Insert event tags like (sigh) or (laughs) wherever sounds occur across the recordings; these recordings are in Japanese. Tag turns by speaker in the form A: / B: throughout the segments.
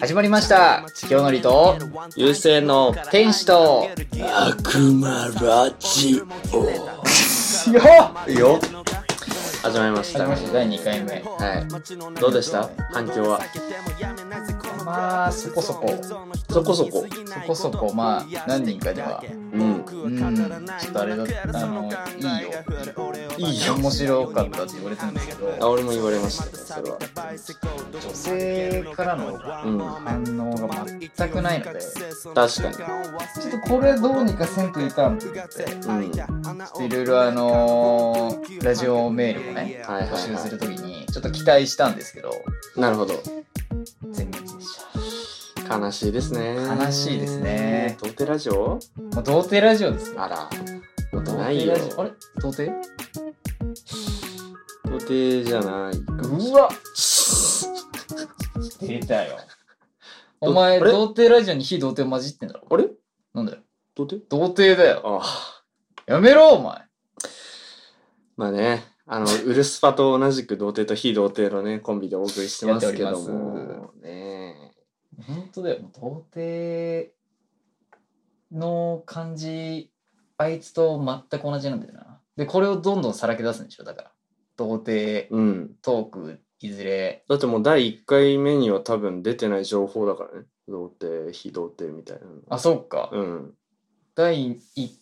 A: 始まりました清則と
B: 優勢の
A: 天使と
B: 悪魔ラジオ
A: (laughs) よ
B: よ始まりまし
A: 始ま
B: た
A: りました第2回目
B: はいどうでした反響は
A: まあそこそこ
B: そこそこ
A: そこそこまあ何人かには
B: うん
A: うんちょっとあれだったあのいいよ
B: いいよ
A: 面白かったって言われたんですけど
B: あ俺も言われましたねそれは
A: 女性からの
B: うん
A: 反応が全くないのでち
B: 確かに
A: ょっとこれどうにかせんといかんって言って
B: うん
A: いろいろあのーラジオメールもね
B: はいはいはい
A: 募集するときにちょっと期待したんですけど
B: なるほど
A: 全滅でした
B: 悲しいですね
A: 悲しいですね
B: 童貞ラジオ
A: まあ、童貞ラジオですよ。
B: あら童
A: 童貞
B: 貞ないよ
A: ラジオあれ童貞
B: 童貞じゃないかもしれないう
A: わ出たよ。お前、
B: あれ
A: 童貞ラジオに非童貞混じってんだろ
B: あれ
A: なんだよ。
B: 童貞
A: 童貞だよ。
B: ああ
A: やめろ、お前。
B: まあねあのウルスパと同じく童貞と非童貞のねコンビでお送りしてますけど
A: やって
B: もね
A: 本当だよ。童貞の感じ、あいつと全く同じなんだよな。で、これをどんどんさらけ出すんでしょ、だから。童貞
B: うん
A: トーク、いずれ。
B: だってもう第1回目には多分出てない情報だからね。童貞、非童貞みたいなの。
A: あ、そうか。
B: うん。
A: 第1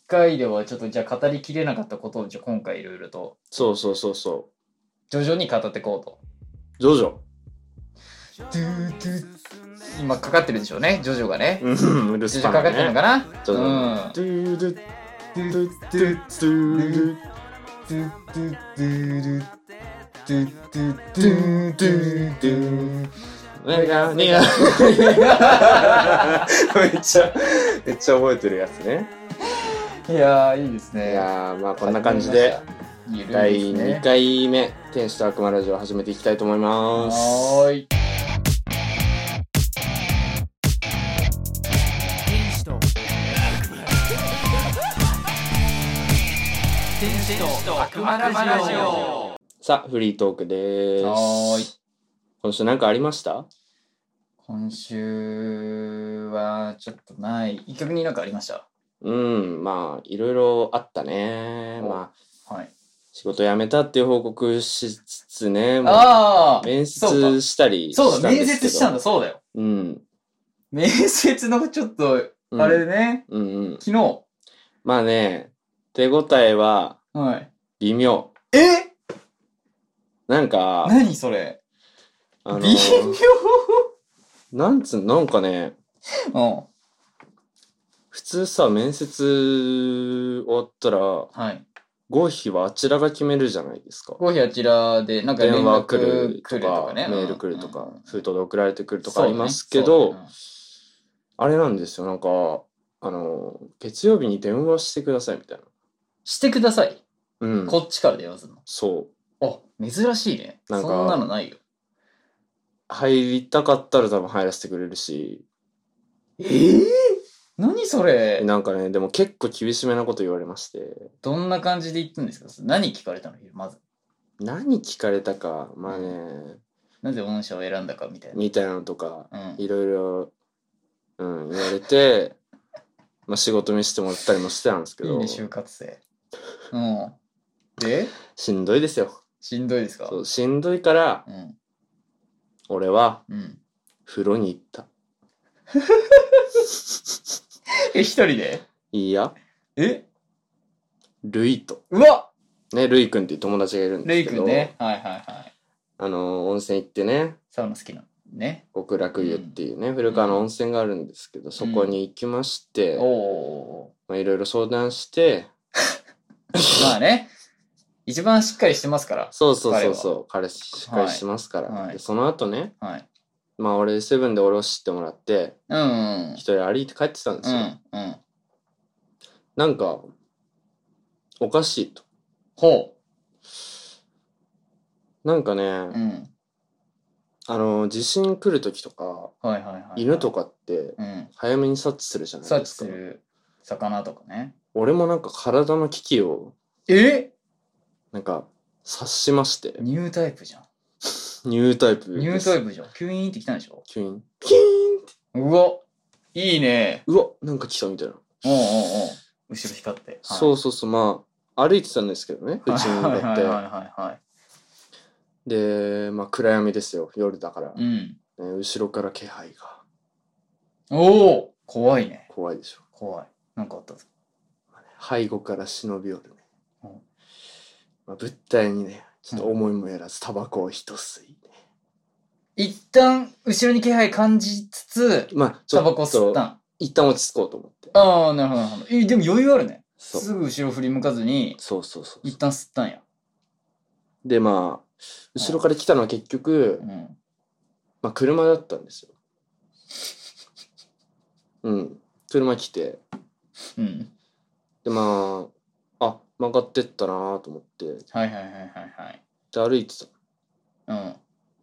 A: 回ではちょっとじゃあ語りきれなかったことをじゃあ今回いろいろと
B: そうそうそうそ
A: 徐々に語ってこうと。
B: う。ジョジ
A: ド
B: ョ。
A: ゥドゥ今かかってるでしょうね、ジョジョがね。
B: うん、うる
A: ジ
B: さ
A: ョ
B: い、
A: ジョかかってるのかな
B: ジョジョ。
A: うん
B: ドゥドゥ
A: ドゥ
B: ドゥドゥドゥ
A: ドゥドゥドゥルドゥドゥドゥドゥドゥ
B: ドゥ。が、ねが。めっちゃ、めっちゃ覚えてるやつね。
A: いやー、いいです
B: い
A: ね。
B: やー、まあこんな感じで、
A: ゆる
B: 第
A: いですね。
B: 2回目、天使と悪魔ラジオを始めていきたいと思います。
A: はーい。
C: 悪魔ラジオ
B: さあ、フリートークです。
A: はーい。
B: 今週なんかありました
A: 今週はちょっとない。一曲になんかありました。
B: うん、まあ、いろいろあったね。
A: お
B: まあ、
A: はい。
B: 仕事辞めたっていう報告しつつね、もう
A: ああ
B: 面
A: そう
B: 接したり
A: そうだ、
B: ん
A: 面
B: ですけ
A: 接
B: ど
A: したんだ、そうだよ。
B: うん。
A: 面接のちょっと、
B: うん
A: あれね、
B: うんうん。
A: 昨日。
B: まあね、手応えは
A: はい。
B: 微妙。
A: え
B: なんか、
A: 何それ
B: あの、
A: 微
B: なんつうの、なんかね、
A: 妙
B: 普通さ、面接終わったら、
A: うん。はい。
B: 合否はあちらが決めるじゃないですか。
A: コーヒーあちらで、なんか連
B: 電
A: 絡
B: 話
A: 来
B: 来
A: る
B: ると
A: と
B: か、
A: かね。
B: メール来ると
A: うん
B: か
A: うん、
B: 封筒で送られてくると
A: そ
B: か
A: うだ
B: あ
A: ね
B: りますけど、
A: そうだね
B: あれなんですよ、なんか、あの、月曜日に電話してくださいみたいな。
A: してください。
B: うん。
A: こっちから電話するの。
B: そう。
A: あ、珍しいね。そ
B: なんか
A: んなのないよ。
B: 入りたかったら多分入らせてくれるし、
A: ええ何それ
B: なんかね、でも結構厳しめなこと言われまして、
A: どんな感じで言ったんですか何聞かれたのまず。
B: 何聞かれたか、まあね、
A: なぜ御社を選んだかみたいな。
B: みたいなのとか、
A: うん。
B: いろいろ、うん、言われて、まあ仕事見せてもらったりもしてたんですけ
A: いい
B: ど、
A: ね、就活生。うん。で、
B: しんどいですよ。
A: しんどいですか
B: そうしんどいから、
A: うん。
B: 俺は
A: うん。
B: 風呂に行った。
A: え、一人で
B: いいや、
A: え
B: ルイと。
A: うわ
B: ね、ルイくんっていう友達がいるん
A: レ
B: で
A: イ
B: すけ
A: 君
B: ど、
A: ね。はいはいはい。
B: あの、温泉行ってね、
A: サウナ好きなのね。
B: 極楽湯っていうね、古川の温泉があるんですけど、そこに行きまして、
A: おお
B: まあ、いろいろ相談して、
A: ー。まあね。一番しっかりしてますから。
B: そうそうそうそう、彼氏しっか
A: はい
B: りしてますから、
A: はい
B: でその後ね、
A: はい。
B: まあ俺、セブンで俺を知ってもらって、
A: うんうん
B: 一人歩いて帰ってたんで
A: う
B: すよ。
A: ん。うんうん。
B: なんか、おかしいと。
A: ほ
B: なんかね、
A: う。うん。
B: あの、地震来る時とか、
A: はいはいはい。
B: 犬とかって、
A: うん。
B: 早めに察知するじゃない
A: 察
B: で
A: 知
B: す
A: す
B: か。
A: る魚とかね。
B: 俺もなんか体の危機を、
A: え
B: なんか、察しまして、
A: ニュータイプじゃん。
B: ニュータイプ
A: ニュ
B: で
A: ー
B: す。
A: タイプじゃん。吸引ってきたんでしょ
B: キュイン。キュインって
A: うわいいね
B: うわなんか来たみたいな、
A: おうおうおう後ろ光って、はい
B: そうそうそうまあ歩いてたんですけどねうちに向
A: はい
B: かっ
A: はいはいは
B: て
A: いはい
B: でまあ暗闇ですよ夜だから、ね
A: うん
B: 後ろから気配が
A: おお怖いね
B: 怖いでしょ
A: 怖いなんかあったぞ
B: 背後から忍び寄るね、
A: うん
B: まあ、物体にねちょっと思いもやらずタバコを一吸いね、
A: 一旦後ろに気配感じつつ
B: まあち
A: タ
B: ょ
A: バ
B: っ
A: コ吸っ
B: と
A: たん
B: 一旦落ち着こうと思って
A: ああなるほどなるほどえでも余裕あるね
B: そう
A: すぐ後ろ振り向かずに
B: そうそうそう
A: 一旦吸ったんや
B: でまあ後ろから来たのは結局、
A: うん
B: まあ、車だったんですようん車来て
A: うん
B: でまああ曲がってったなと思ってで
A: はいはいはいはいはい
B: 歩いてた
A: うん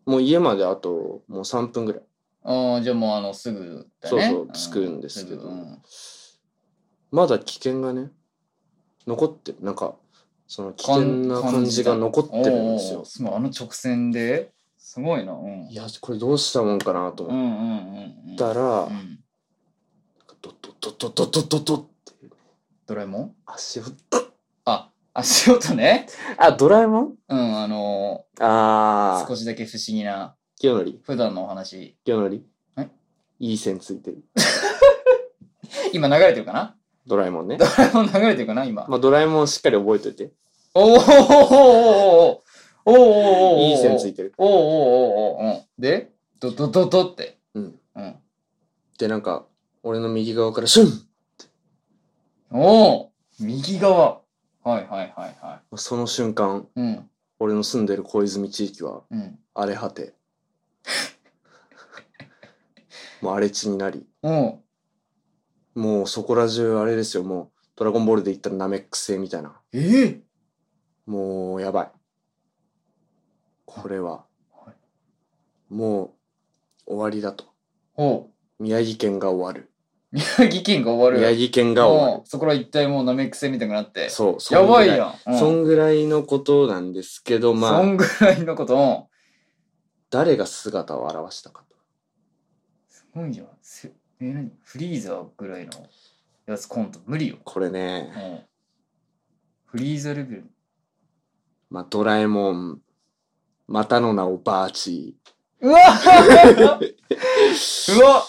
B: もう家まであともう3分ぐらい
A: ああじゃあもうあのすぐだね
B: そうそう着くんですけど
A: ううん
B: まだ危険がね残ってるなんかその危険な感じが残ってるんで
A: お
B: す
A: ーおー
B: よ
A: すごいあの直線ですごいなうん
B: いやこれどうしたもんかなと
A: うんう
B: 思っ
A: んうんうん
B: たら、
A: うん
B: ドドドドドドドドっていう
A: ドラえもん
B: 足音
A: あ足音ね
B: あドラえもん
A: うんあの
B: あ
A: 少
B: あ
A: しだけ不思議な
B: 清則
A: 普段のお話
B: 清則
A: はい
B: いい線ついてる
A: 今流れてるかな
B: ドラえもんね
A: ドラえもん流れてるかな今
B: まあドラえもんしっかり覚えといて
A: おーおーおーおーおーおーおーおーおー
B: いい線ついてる
A: おーおーおーおーうんでドドドドって
B: うん
A: うん
B: でなんか俺の右側からシュン
A: おお右側はいはいはいは
B: その瞬間
A: いうん
B: 俺の住んでる小泉地域は
A: うん
B: 荒れ果てもう荒れ地になり
A: うん
B: もうそこら中あれですよもう「ドラゴンボール」で言ったらナメック星みたいな
A: えー、
B: もうやばいこれは
A: は
B: もう終わりだと
A: おう宮
B: 宮城県が終わる
A: 城県が終わる
B: 宮城県が終わ
A: うんそこら一体もうなめくせみたいになって
B: るそうそ
A: や
B: んぐ
A: ば
B: ら
A: いやん、うん、
B: そんぐらいのことなんですけどま
A: そ
B: あ
A: んぐらいのことうん
B: 誰が姿を現したかと
A: すごいじゃんせえ何フリーザーぐらいのやつコント無理よ、
B: これ
A: う
B: ね
A: ん、フリーザーレベル
B: まあドラえもんまたの名をバーチ
A: うわうわ
B: ー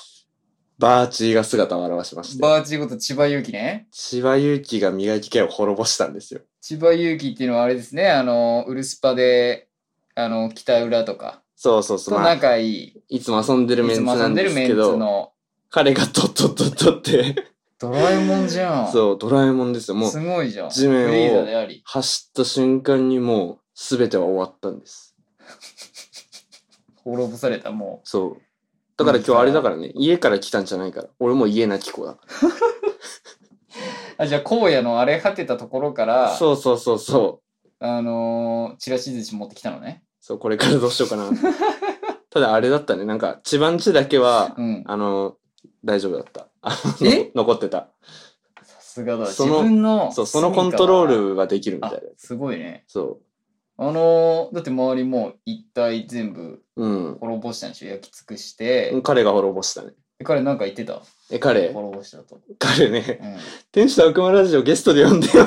B: バーチーが姿を現しまして
A: バーチーこと千葉祐希ね
B: 千葉祐希が宮城県を滅ぼしたんですよ
A: 千葉祐希っていうのはあれですねあのウルスパであの北浦とか
B: そうそうそう、
A: と
B: まあ、
A: 仲いい、
B: いつも遊んでるメ
A: い
B: ン
A: つ
B: ツ
A: も遊
B: なんん
A: で
B: で
A: る
B: す
A: メン
B: け
A: ツ
B: ど
A: の
B: 彼がドッドッドッドって
A: ドラえもんじゃん
B: そうドラえもんですよもう
A: すごいじゃん
B: 地面を
A: フリーザーであり
B: 走った瞬間にもう全ては終わったんです
A: 滅ぼされたも
B: そうだから今日あれだからね家から来たんじゃないから俺もう家なき子だか
A: うあじゃあ荒野の荒れ果てたところからら
B: そうそうそうそう
A: あのー、チラシ寿司持ってきたのね
B: そうこれからどうしよう
A: (laughs)
B: かなただあれだったねなんか千葉んちだけは
A: うん
B: あの大丈夫だったあの
A: え
B: 残ってた
A: さすがだ自
B: その
A: 分の
B: そうそのコントロ
A: ル
B: ールができるみたい
A: あ
B: な
A: すごいね
B: そ
A: あのー、だって周りもう一体全部
B: ううん
A: 滅ぼしたんでしょ焼き尽くして、
B: 彼が滅ぼしたね
A: で彼なんか言ってた
B: え彼
A: 滅ぼしたと、
B: 彼ね
A: うん、
B: 「天使と悪魔ラジオ」ゲストで呼んでよ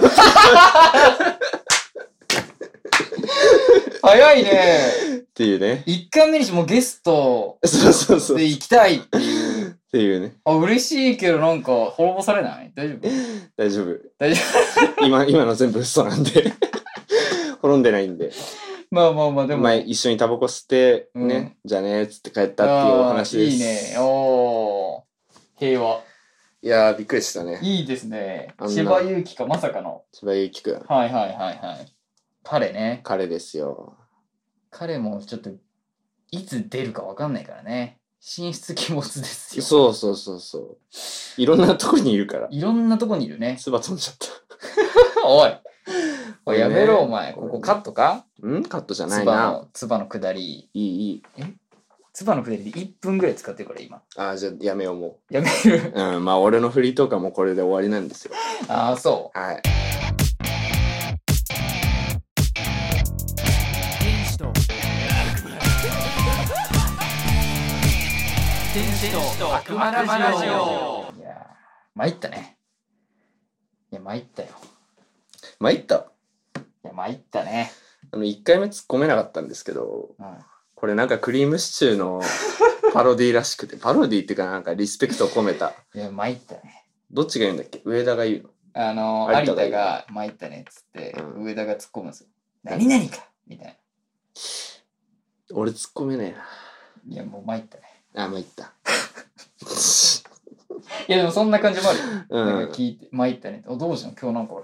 A: 早い (laughs) ね
B: っていうね
A: 1回目にしてもうゲスト
B: そうそうそう
A: で
B: っ
A: 行きたいっていう
B: ていうね
A: あ嬉しいけどなんか滅ぼされない大丈夫
B: 大丈夫
A: 大丈
B: 今今の全部嘘なんで滅んでないんで
A: 夫まあまあまあでも
B: 前一緒にタバコ吸って
A: うん
B: ね、じゃあねーっつって帰ったっていうお話で
A: あーい
B: す
A: いね。おー平和。
B: いやーびっくりしたね
A: いいですね
B: あん。な
A: 千葉祐希か、まさかの。
B: 千葉祐希くん
A: はいはいはいはい。彼ね。
B: 彼ですよ
A: 彼もちょっと、いつ出るかわかんないからね。進出鬼没ですよ。
B: そうそうそうそういろんなとこにいるから
A: いろんなとこにいる
B: (laughs)
A: ね。
B: 唾飛んじゃっ
A: おい。おい、
B: これ
A: や
B: ね
A: めろ、お前。ここカットか
B: たんカットじゃ
A: つ
B: な
A: ば
B: いな
A: の、つばの下り。
B: いいいい
A: つばの下りで1分ぐらい使ってるから、今。
B: あーじゃあやめようも
A: やめる。
B: (laughs) ううんまあ俺のフリートークはもうこれで終わりなんですよ
A: ああ、そ
B: はい
A: う。
C: 天使と悪魔ラジオ
A: いやー参ったねいや参ったよ
B: 参った
A: いや参ったね
B: あの1回目突っ込めなかったんですけど
A: うん
B: これなんかクリームシチュー
A: (laughs)
B: のパロディらしくてパロディっていうかなんかリスペクトを込めた
A: いや参ったね
B: どっちが言うんだっけ上田が言うの
A: あの
B: 有
A: 有
B: 田が
A: 田が参ったねっつって
B: うん
A: 上田が突っ込むんですよ何々かみたい
B: 俺突っ込めね
A: ないやもう参ったね
B: えなあ参
A: (laughs)
B: った
A: いやでもそんな感じもあるよ
B: う
A: なん
B: ん
A: か聞いて参ったねおどうしたの今日なんか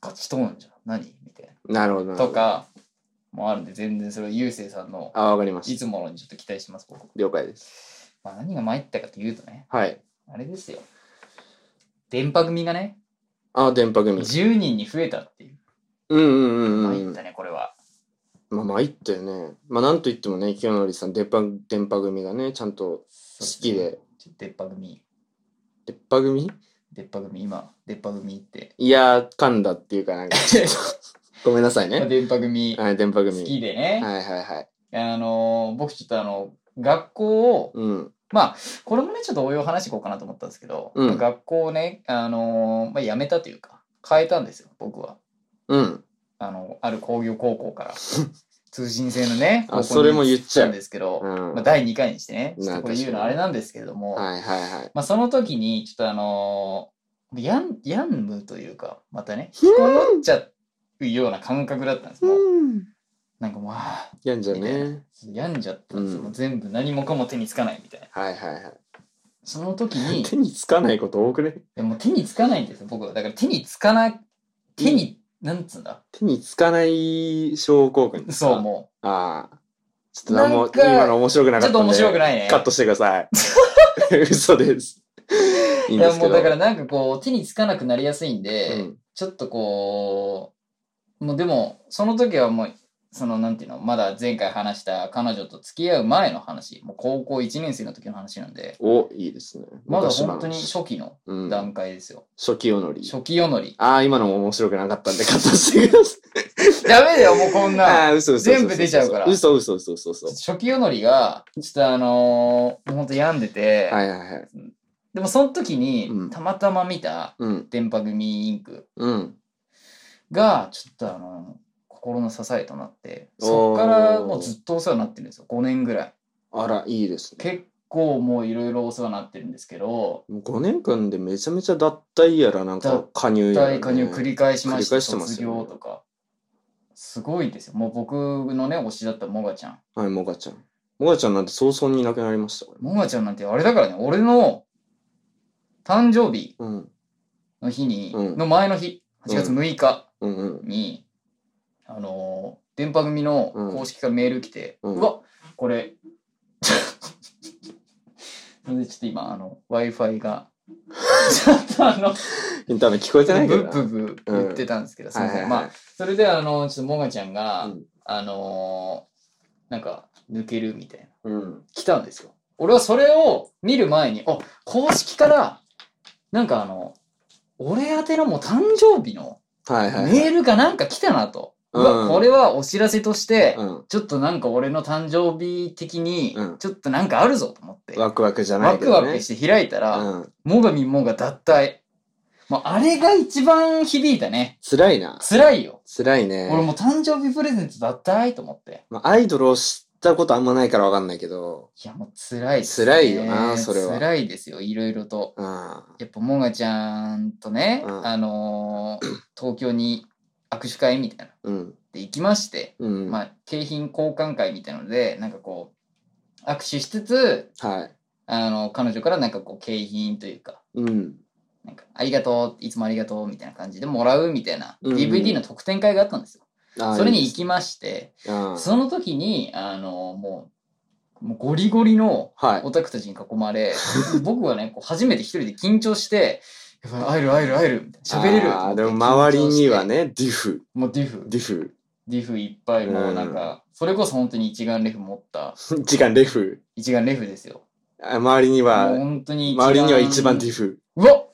A: ガチとんじゃん何みたい
B: なるほどな
A: な
B: るほ
A: と
B: ど
A: かもあるんで全然それはゆうせいさんの
B: あわかりま
A: い
B: し
A: つものにちょっと期待してます僕
B: た了解です
A: まあ、何が参ったかというとね、
B: はい
A: あれですよ。電波組がね、
B: あ電波組
A: 10人に増えたっていう。
B: うんうんうんうん
A: 参ったね、これは。
B: まあ参ったよねまあなんといってもね清則さん電波電波組がねちゃんと好きで
A: ちょっと出っ歯組、
B: 電波組
A: 出っ歯組、今、出っ歯組って。
B: いやー噛んだっていうかなんか
A: (laughs)
B: ごめんなさい
A: まあ
B: ね
A: 電波組、
B: はい電波
A: 好
B: 組
A: きでね、
B: はいはいはい
A: あのー僕ちょっとあの、学校を、
B: うん
A: まあ、これもね、ちょっとおいおい話していこうかなと思ったんですけど、
B: うん
A: 学校をね、あのーまあ、辞めたというか、変えたんですよ、僕は。
B: うん
A: あの、ある工業高校
B: (laughs)
A: から。通信制のね、
B: あそれも言っちゃう
A: うんですけど、
B: うん
A: まあ、第2回にしてね、
B: な
A: ちょっとこれ言うのあれなんですけれども、
B: はいはいはい
A: まあ、その時に、ちょっとあのーやん、やんむというか、またね、引きこもっちゃうような感覚だったんです。もう、なんかもう、あ
B: やんじゃう
A: みたい
B: ね
A: ー病んじゃったんですよ。
B: うん
A: もう全部何もかも手につかないみたいな。
B: はいはいは
A: その時
B: い (laughs)
A: に、
B: 手につかないこと多くね
A: でも手につかないんですよ、僕は。だから手につかな、手に、なんつうんだ。
B: 手につかない症候群ですか
A: そう、も
B: ああちょっと何も
A: なんか
B: 今の面白くな
A: う。
B: か
A: ち
B: った
A: ょっ
B: んで
A: と面白くないね。
B: カットしてくださ
A: (laughs)
B: い嘘ですいい
A: い
B: んで
A: や
B: すけ
A: も
B: ど
A: うだからなんかこう手につかなくなりやすいんで、
B: うん
A: ちょっとこうもうでもその時はもうそのなんていうのまだ前回話した彼女と付き合う前の話もう高校1年生の時の話なんで
B: おいいですね
A: まだ
B: 昔話
A: 本当に初期の
B: うん
A: 段階ですよ、
B: 初期おのり
A: 初期よのり
B: ああ今のも面白くなかったんでカットしてください
A: ダメだよもうこんな
B: ああー嘘嘘嘘嘘
A: 全部出ちゃうから
B: 嘘嘘嘘嘘嘘
A: 初期よのりがちょっとあのー、もうほんと病んでて、
B: はいはいはい
A: でもその時に
B: うん
A: たまたま見た
B: うん
A: 電波組インク
B: うん
A: がちょっとあの心の支えとなって
B: おー
A: そっからもうずっとお世話になってるんですよ5年ぐらい
B: あらいいですね
A: 結構もういろいろお世話になってるんですけど
B: もう5年間でめちゃめちゃ脱退やらなん
A: 脱
B: か加入やら、ね、
A: 大加入繰り返しまし
B: 繰り
A: た
B: 返してます
A: 卒
B: よね
A: 業とかすごいですよもう僕のね推しだったモガちゃん
B: はいもがちゃんもがちゃんなんて早々にいなくなりましたから
A: モ
B: ね
A: ガちゃんなんてあれだからね俺の誕生日
B: うん
A: の日に、
B: うん
A: の前の日8月6日
B: うんうん
A: に、あのー電波組の公式からメール来て、
B: う
A: うんわこれ (laughs) それでちょっと今あの w i f i が (laughs) ちょっとあの
B: インターネット聞こえてないけど
A: ブ
B: な
A: ブブ言ってたんですけど、すいません、まあ
B: い
A: それであのちょっともがちゃんが、
B: うん
A: あのーなんか抜けるみたいな
B: うん
A: 来たんですよ俺はそれを見る前にあ公式からなんかあの俺宛てのもう誕生日の
B: はいはい、はい
A: メールかなんか来たなと。
B: う
A: うんわ、これはお知らせとして、
B: うん、
A: ちょっとなんか俺の誕生日的に
B: うん、
A: ちょっとなんかあるぞと思って、
B: ワクワクじゃない
A: ワ
B: け
A: ク
B: ど、ね、
A: ワクして開いたら、
B: うん、
A: もがみもが脱退。もうあれが一番響いたね。
B: 辛いな
A: 辛いよ。
B: 辛いね
A: 俺もう誕生日プレゼント脱退と思って。
B: まあ、アイドルを知ったことあんまないからわかんないけど、
A: いや、もう辛いです、
B: 辛いよなそれは
A: 辛いですよ、いろいろと。
B: うん、
A: やっぱもがちゃんとね、
B: うん
A: あのー東京に握手会みたいな
B: うん、
A: で行きまして、
B: うん、
A: まあ、景品交換会みたいなのでなんかこう握手しつつ
B: はい、
A: あの彼女からなんかこう景品というか
B: うん、
A: なんかありがとういつもありがとうみたいな感じでもらうみたいな
B: うん
A: DVD の特典会があったんですよ。
B: あー
A: それに
B: いい
A: 行きまして
B: ですうん
A: その時にあのもうもうゴリゴリの
B: はい、
A: オタクたちに囲ま
B: (laughs)
A: れ僕はねこう初めて一人で緊張して「やばい会える会える会える」みたいな喋れる
B: あーでも周りに
A: 緊張
B: は
A: して
B: ね、ディフ、
A: もうディフ
B: ディフ、
A: ディフいっぱいもうなんかそれこそ本当に一眼レフ持った
B: 時間レフ、
A: 一眼レフですよ。
B: あ周りに
A: もう
B: は、
A: 本当に
B: 周りには一番ディフ、
A: うわ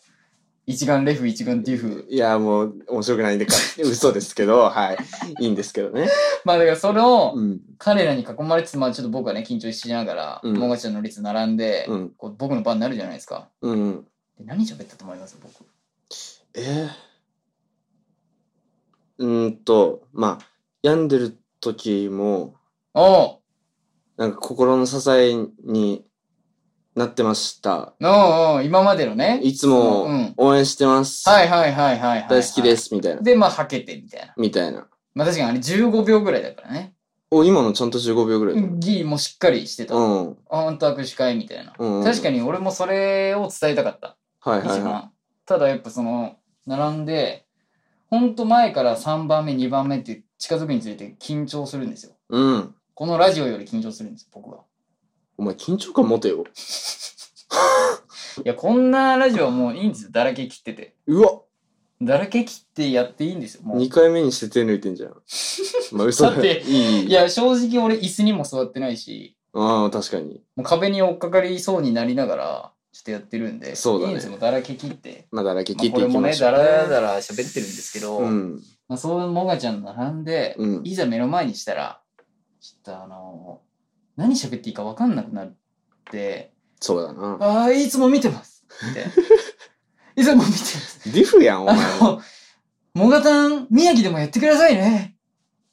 A: 一眼レフ一眼ディフ
B: いや、もう面白くないん
A: (laughs)
B: でか、嘘ですけど、はい。いいんですけどね。
A: まあだからそれを
B: うん。
A: 彼らに囲まれつつまあちょっと僕はね緊張しながら
B: うん
A: もがちゃんの列並んで、
B: うん。
A: こう僕の番になるじゃないですか
B: うん。
A: で何喋ったと思います僕
B: えー、うーんと、まあ、病んでる時も、
A: おう
B: なんか心の支えになってました。
A: おうおう今までのね
B: いつ
A: う
B: も
A: ん
B: 応援してます。
A: はいはいはいはいはい、はい、
B: 大好きです、みたいな。
A: でまあはけてみたいな
B: みたいな。
A: まあ確かにあれ15秒ぐらいだからね
B: お、今のちゃんと15秒ぐらいだ。
A: ギリもしっかりしてた、
B: う
A: あ
B: ん。
A: ほんと握手会みたいな、
B: うん
A: 確かに俺もそれを伝えたかった
B: はい
A: 一
B: はい
A: 番、
B: は
A: ただやっぱその並んでほんと前から3番目2番目って近づくにつれて緊張するんですよ
B: い。うん。
A: このラジオより緊張するんですよ僕は
B: お前緊張感持てよ。
A: いやこんなラジオはもういいんですよだらけ切ってて
B: うわ
A: だらけ切ってやっていいんですよもう
B: !2 回目にして手抜いてんじ
A: (laughs)
B: ゃん。まあ嘘
A: だって
B: いい。
A: いや正直俺椅子にも座ってないし
B: ああ、確かに。
A: もう壁に追っかかりそうになりながらちょっとやってるんで
B: そうだね
A: いいんですよもうだらけ切って、
B: まあ、だらけ
A: まあ
B: 聞い
A: こ
B: て
A: れ
B: いき
A: も
B: ま
A: ね
B: しょう。
A: だらだら喋ってるんですけど、
B: うん。
A: まあ、そうもがちゃんの並んで、
B: うん
A: いざ目の前にしたらちょっとあの何喋っていいか分かんなくなって
B: そうだ
A: 「
B: な。
A: ああいつも見てます」みたいな (laughs) 「いつも見てます」
B: ディフやん、お前。
A: あの「もがたん宮城でもやってくださいね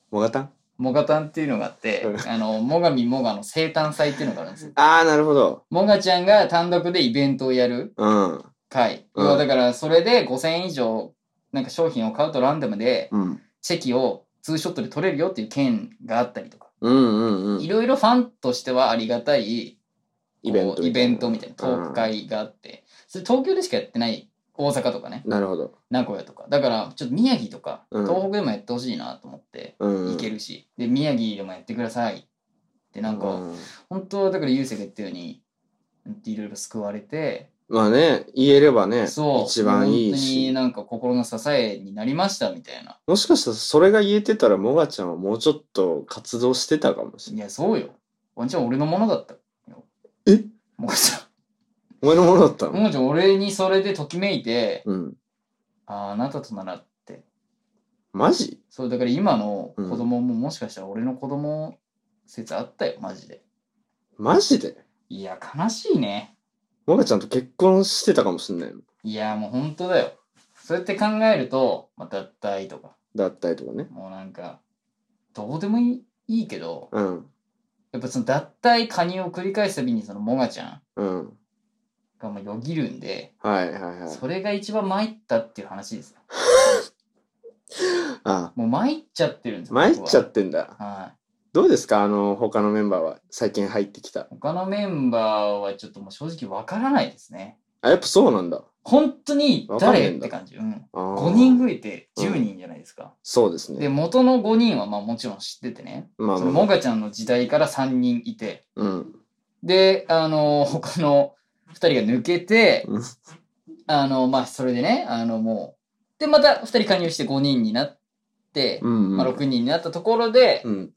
B: もがたん」
A: もがたんっていうのがあって
B: うん
A: あのもがみもがの生誕祭っていうのがあるんですよ
B: ああ、なるほど。
A: (laughs) もがちゃんが単独でイベントをやる
B: うん。
A: 会、
B: うん
A: 要はだからそれで5000円以上なんか商品を買うとランダムで
B: うん。
A: チェキをツーショットで取れるよっていう券があったりとか
B: うんうんう
A: い
B: ん。
A: ろいろファンとしてはありがたい
B: イベント
A: こうイベントみたいなトーク
B: うん
A: 会があって、それ東京でしかやってない大阪とかね
B: なるほど。
A: 名古屋とかだからちょっと宮城とか
B: うん
A: 東北でもやってほしいなと思って、
B: うん。
A: いけるしで宮城でもやってくださいってなんか、
B: うん
A: 本当はだからゆうせいが言ったようにうんいろいろ救われて
B: まあね、言えればね、
A: そう
B: 一番い
A: 本
B: い
A: 当に
B: し。
A: なんか心の支えになりましたみたいな
B: もしかしたらそれが言えてたら、もがちゃんはもうちょっと活動してたかもしれ
A: いやそうよワンちゃん俺のものだったよ
B: え
A: もがち
B: ない。お前のものだった
A: ゃん
B: の
A: もがちゃん俺にそれでときめいて、
B: うん。
A: あああなたとならって
B: マジ
A: そうだから今の子供ももしかしたら俺の子供説あったよマジで
B: マジで
A: いや悲しいね
B: もがちゃんと結婚してたかもしれないの
A: いやもう本当だよそうやって考えると、まあ、脱退とか
B: だったりとかね。
A: もうなんかどうでもいいいいけど
B: うん。
A: やっぱその脱退加入を繰り返すたびにそのモガちゃん
B: うん。
A: がもうよぎるんで
B: はいはいはい。
A: それが一番参ったっていう話ですよ
B: あ
A: もう参っちゃってるんですよ
B: 参っちゃ
A: 僕
B: ってんだ。
A: ははい
B: どうですかあの、他のメンバーは最近入ってきた。
A: 他のメンバーはちょっともう正直わからないですね
B: あ、やっぱそうなんだ。
A: 本当に
B: わかんねえ
A: 誰
B: ん
A: っ
B: だ
A: て感じ、うん、
B: あー
A: 5人増えて
B: うん
A: 10人じゃないですか、
B: そうです
A: で
B: ね。
A: 元の5人はまあもちろん知っててね、
B: まあ
A: その
B: まあ、
A: モガちゃんの時代から3人いて
B: うん。
A: であのー他の2人が抜けて
B: うん
A: あのまあそれでねあのもうでまた2人加入して5人になって、
B: うん、うん。
A: まあ、6人になったところで1
B: うん。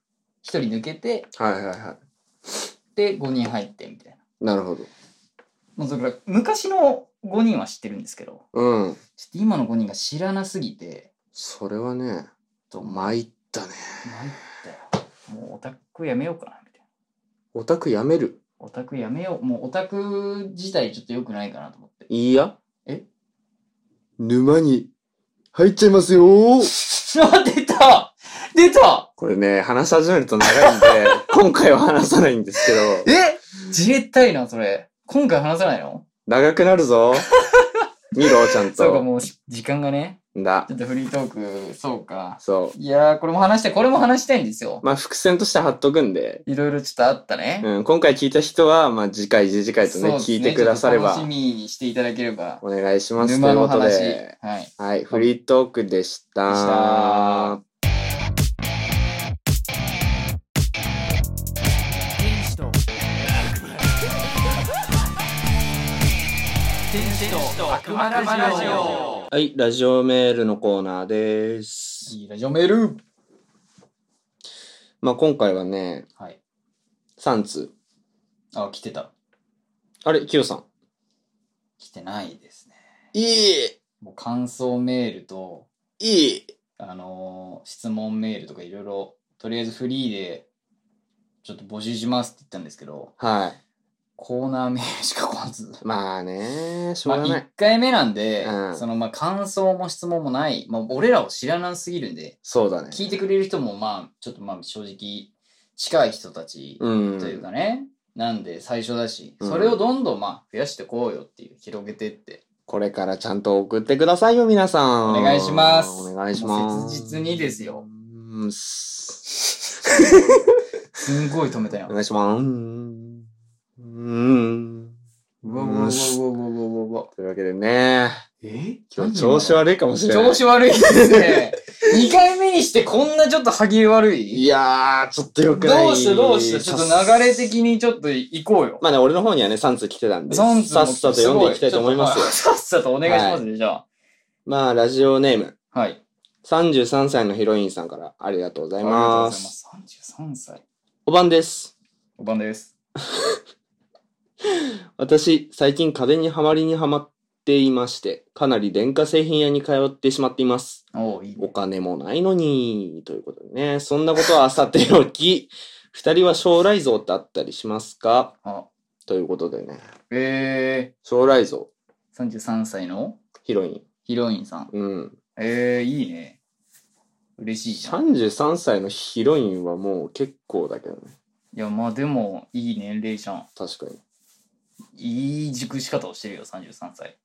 A: 人抜けて
B: はいはいは。
A: で5人入ってみたいない
B: なるほど。
A: もうそれから昔の5人は知ってるんですけど
B: うん。
A: ちょっと今の5人が知らなすぎて
B: それはね、
A: と
B: 参ったね。
A: 参ったよ。もうオタクやめようかなみたいな。
B: オタクやめる
A: オタクやめよう。もうオタク自体ちょっと良くないかなと思って。 (laughs)
B: いいや
A: え
B: 沼に入っちゃいますよー
A: あ出た出た
B: これね、話し始めると長
A: (laughs)
B: いんで、今回は話さないんですけど、
A: え自衛隊な、それ。今回話さないの
B: 長くなるぞ。
A: (laughs)
B: 見ろ、ちゃん
A: そうか、
B: と。
A: もうし時間がね。
B: だ
A: ち。ょっとフリートーク、そうか。
B: そう。
A: いやー、これも話したい、これも話したいんですよ。
B: まあ、伏線として貼っとくんで、
A: いろいろちょっとあったね。
B: うん、今回聞いた人は、まあ、次回、次々回と
A: そ
B: ね、
A: うです
B: 聞いてくだされ
A: ちょっと
B: ば
A: 楽、しみにしていただければ。
B: お願いします。とい
A: 沼
B: う
A: の
B: こと
A: 話。
B: で、
A: はい。
B: はい、フリートークでした。
A: でした
C: 天使と悪魔ラジオ
B: はい、ラジオメールのコーナーです。
A: いいラジオメール
B: まあ、今回はね、
A: はい。
B: 3通。
A: あ、来てた。
B: あれ、キヨさん。
A: 来てないですね。
B: いい
A: もう感想メールと、
B: いい
A: あのー質問メールとかいろいろ、とりあえずフリーで、ちょっと募集しますって言ったんですけど、
B: は
A: コーナーメールしか来ず。
B: い。まあね、しょ
A: ま
B: う
A: あ、
B: がない
A: 1。回目なんで、
B: うん
A: そのまあ感想も質問もない、まあ、俺らを知らなすぎるんで、
B: そうだね。
A: 聞いてくれる人もまあちょっとまあ正直近い人たち
B: うん。
A: というかね、なんで最初だし、
B: うん
A: それをどんどんまあ増やしてこうよっていう、広げてって。
B: これからちゃんと送ってくださいよ、皆さん。
A: お願いします
B: お願いします。
A: 切実にですよ
B: うん。す
A: すんごい止めたやん。
B: お
A: う
B: 願いします。 (laughs) うんうん。
A: わうわうわうわうわうわうわ。
B: というわけでね、
A: え
B: 今日調子悪いかもしれない。
A: 調子悪いですね。2回目にしてこんなちょっと歯切れ悪い
B: いやー、ちょっとよくない。
A: どうしたどうしたちょっと流れ的にちょっと行こうよ。
B: まあね、俺の方にはね、3通来てたんで、
A: ゾンズ
B: さっさと読んでいきたいと思いますよ。
A: すごいちょっとまあさっ (laughs) さとお願いしますね、じゃあ。
B: まあ、ラジオネーム、
A: はい。あり
B: 33歳のヒロインさんからありがとうご
A: が
B: ざい
A: とうご
B: ま。
A: ざいますす。33歳。
B: おばんです。
A: おばんです。
B: 私、最近家電にはまりにはまっていまして、かなり電化製品屋に通ってしまっています。
A: おういいね
B: お金もないのに、ということでね。そんなことはさておき、二人は将来像ってあったりしますか
A: あ、
B: ということでね。
A: え
B: 将来像、
A: ー、33歳の
B: ヒロイン。
A: ヒロインさん。
B: うん。
A: えー、いいね。嬉しいじゃん。い
B: 33歳のヒロインはもう結構だけどね。
A: や、まあでも、いい年齢じゃん。
B: 確かに。
A: いい熟し方をしてるよ、33歳。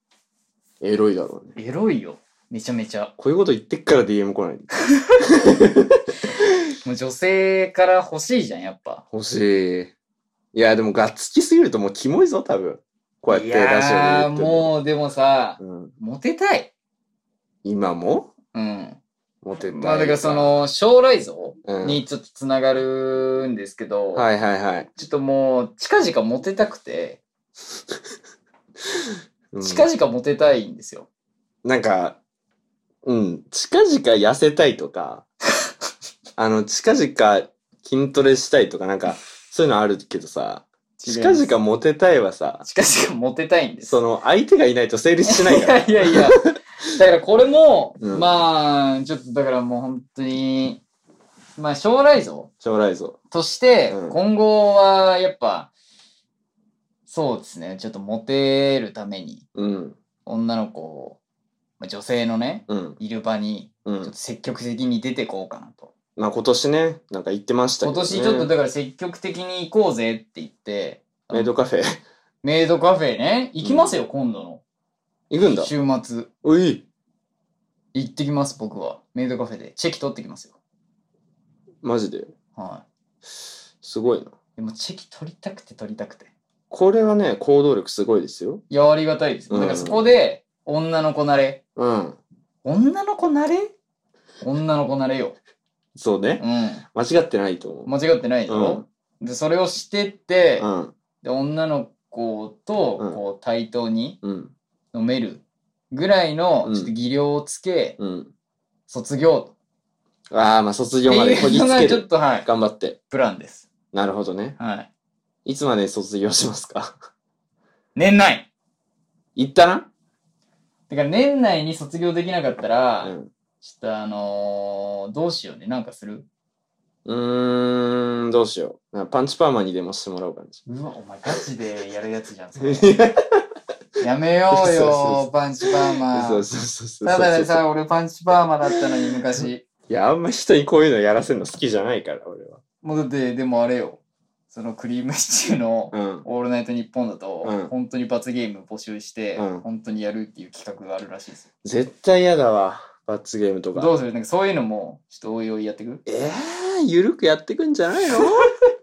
B: エロいだろうね。
A: エロいよ。めちゃめちゃ。
B: こういうこと言ってっから DM 来ない。
A: もう女性から欲しいじゃん、やっぱ。
B: 欲しい。いや、でもがっつきすぎるともうキモいぞ、多分。こうやって
A: い
B: ラジオで
A: やー
B: 言っても。
A: もうでもさ、
B: うん、
A: モテたい。
B: 今も
A: うん。
B: モテたい。
A: まあだからそ、の将来像
B: うん
A: にちょっとつながるんですけど、
B: はいはいはい。
A: ちょっともう近々モテたくて、
B: うん
A: 近々モテたいんですよ。
B: なんか、うん、近々痩せたい
A: (laughs)
B: とか、あの、近々筋トレしたいとか、なんか、そういうのあるけどさ、近々モテたいはさ、
A: 近々モテたいんです。
B: その、相手がいないと成立しない
A: い (laughs)
B: から。
A: やいやいや。だからこれも、
B: うん
A: まあちょっとだからもう本当に、まあ将来像
B: 将来像。
A: として
B: うん
A: 今後はやっぱ、そうですね、ちょっとモテるために
B: うん、
A: 女の子を、まあ、女性のね、
B: うん、
A: いる場に
B: う
A: ちょっ
B: ん
A: と。積極的に出てこうかなと。
B: まあ今年ね、なんか言ってましたけ
A: 今
B: ど、ね。
A: 年ちょっとだから積極的に行こうぜって言って、
B: メイドカフェ。
A: メイドカフェね、行きますよ、今度
B: 行くんだ
A: の。。週末。
B: おい。
A: 行ってきます、僕は。メイドカフェで。チェキ取ってきますよ。
B: マジで。
A: は
B: すごいな。
A: い。でもチェキ取りたくて取りたくて。
B: これはね、行動力すごいですよ。
A: いや、ありがたいです。
B: う
A: だ
B: ん
A: からそこで、女の子なれ。
B: うん。
A: 女の子なれ女の子なれよ。
B: そうね
A: う。ん。
B: 間違ってないと思う。
A: 間違ってないでしょ、で、それをしてって、
B: うん、
A: で、女の子と、
B: うん
A: こう、対等に、
B: うん、
A: 飲めるぐらいの
B: うん
A: ちょっと技量をつけ、
B: うん。
A: 卒業
B: ああ、まあ
A: と
B: 卒業まで
A: い
B: こぎ
A: う
B: つ
A: のが
B: け
A: ちょっ
B: る。
A: とはい
B: 頑張って。
A: プランです
B: なるほどね。
A: はい
B: いつまで卒業しますか (laughs)
A: 年内
B: 一旦
A: だから年内に卒業できなかったら、
B: うん。
A: ちょっとあのーどうしようねなんかする
B: うーん、どうしよう。なんかパンチパーマにでもしてもらおうかな。
A: うわお前ガチでやるやつじゃん
B: (laughs)
A: それやめよう
B: 嘘嘘
A: よパンチパーマ
B: (laughs) そうそうそうそう。
A: ただで
B: そうそう
A: さ俺パンチパーマだったのに昔
B: いや、あんま人にこういうのやらせるの好きじゃないから、俺は。
A: もうだってでもあれよそのクリームシチューの
B: うん。
A: オールナイトニッポンだと、
B: うん
A: 本当に罰ゲーム募集して、
B: うん
A: 本当にやるっていう企画があるらしいですよ。
B: 絶対嫌だわ。罰ゲームとか。
A: どうするなんかそういうのも、ちょっとおいおいやってく
B: えー、ゆるくやってくんじゃないの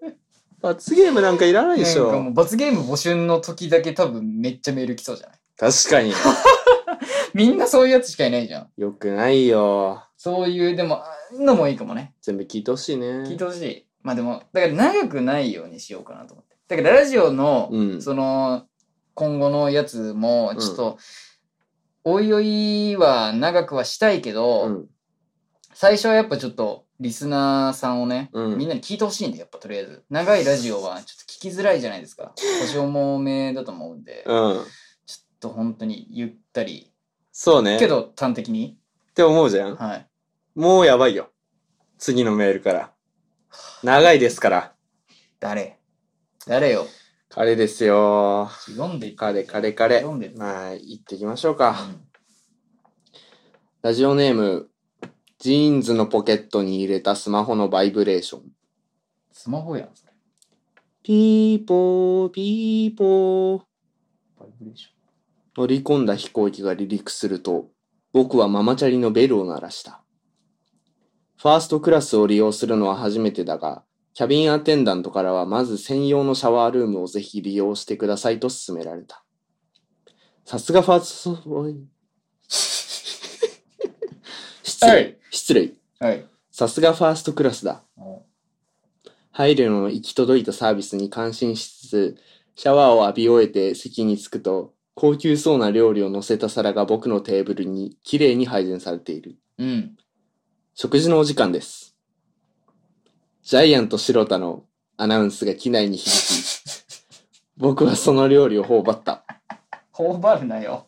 B: (laughs) 罰ゲームなんかいらないでし
A: なんかも
B: ょ。
A: う罰ゲーム募集の時だけ多分めっちゃメール来そうじゃない
B: 確かに。
A: みんなそういうやつしかいないじゃん。
B: よくないよ。
A: そういう、でも、ああいうのもいいかもね。
B: 全部聞いてほしいね。
A: 聞いてほしい。まあでも、だから長くないようにしようかなと思って。だからラジオの、
B: うん
A: その、今後のやつも、ちょっと、おいおいは長くはしたいけど、
B: うん。
A: 最初はやっぱちょっとリスナーさんをね、
B: うん
A: みんなに聞いてほしいんでやっぱとりあえず長いラジオはちょっと聞きづらいじゃないですか腰重めだと思うんで、ちょっ
B: うん。
A: と本当にゆったり
B: そうね。
A: けど端的に
B: って思うじゃん。
A: はい
B: もうやばいよ。次のメールから。長いですから。
A: 誰誰よ
B: 彼ですよ。
A: 読んでいく
B: 彼、彼、彼。
A: 読んで
B: まあ、行ってきましょうか。ラジオネーム、ジーンズのポケットに入れたスマホのバイブレーション。
A: スマホやんそれ
B: ピーポー、ピーポー。
A: バイブレーシ
B: 乗り込んだ飛行機が離陸すると、僕はママチャリのベルを鳴らした。ファーストクラスを利用するのは初めてだが、キャビンアテンダントからはまず専用のシャワールームをぜひ利用してくださいと勧められた。さすがファースト、
A: (laughs)
B: おい失
A: は
B: 礼
A: い、
B: 失礼。
A: ョンはい
B: さすがファーストクラスだ。
A: お
B: 配慮の行き届いたサービスに感心しつつ、シャワーを浴び終えて席に着くと、高級そうな料理を乗せた皿が僕のテーブルにきれいに配膳されている。
A: うん
B: 食事のお時間です。ジャイアント白田のアナウンスが機内に響き、僕はその料理を頬張った。
A: 頬張るなよ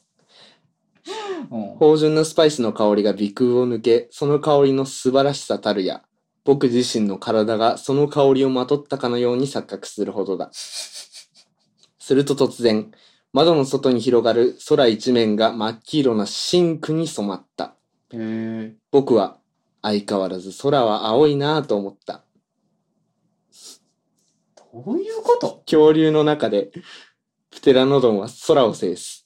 A: うん
B: 芳醇なスパイスの香りが鼻腔を抜け、その香りの素晴らしさたるや、僕自身の体がその香りをまとったかのように錯覚するほどだ。すると突然、窓の外に広がる空一面が真っ黄色な深紅に染まった。
A: へえ
B: 僕は相変わらず空は青いなぁと思った。
A: どういうこと
B: 恐竜の中で、プテラノドンは空を制す。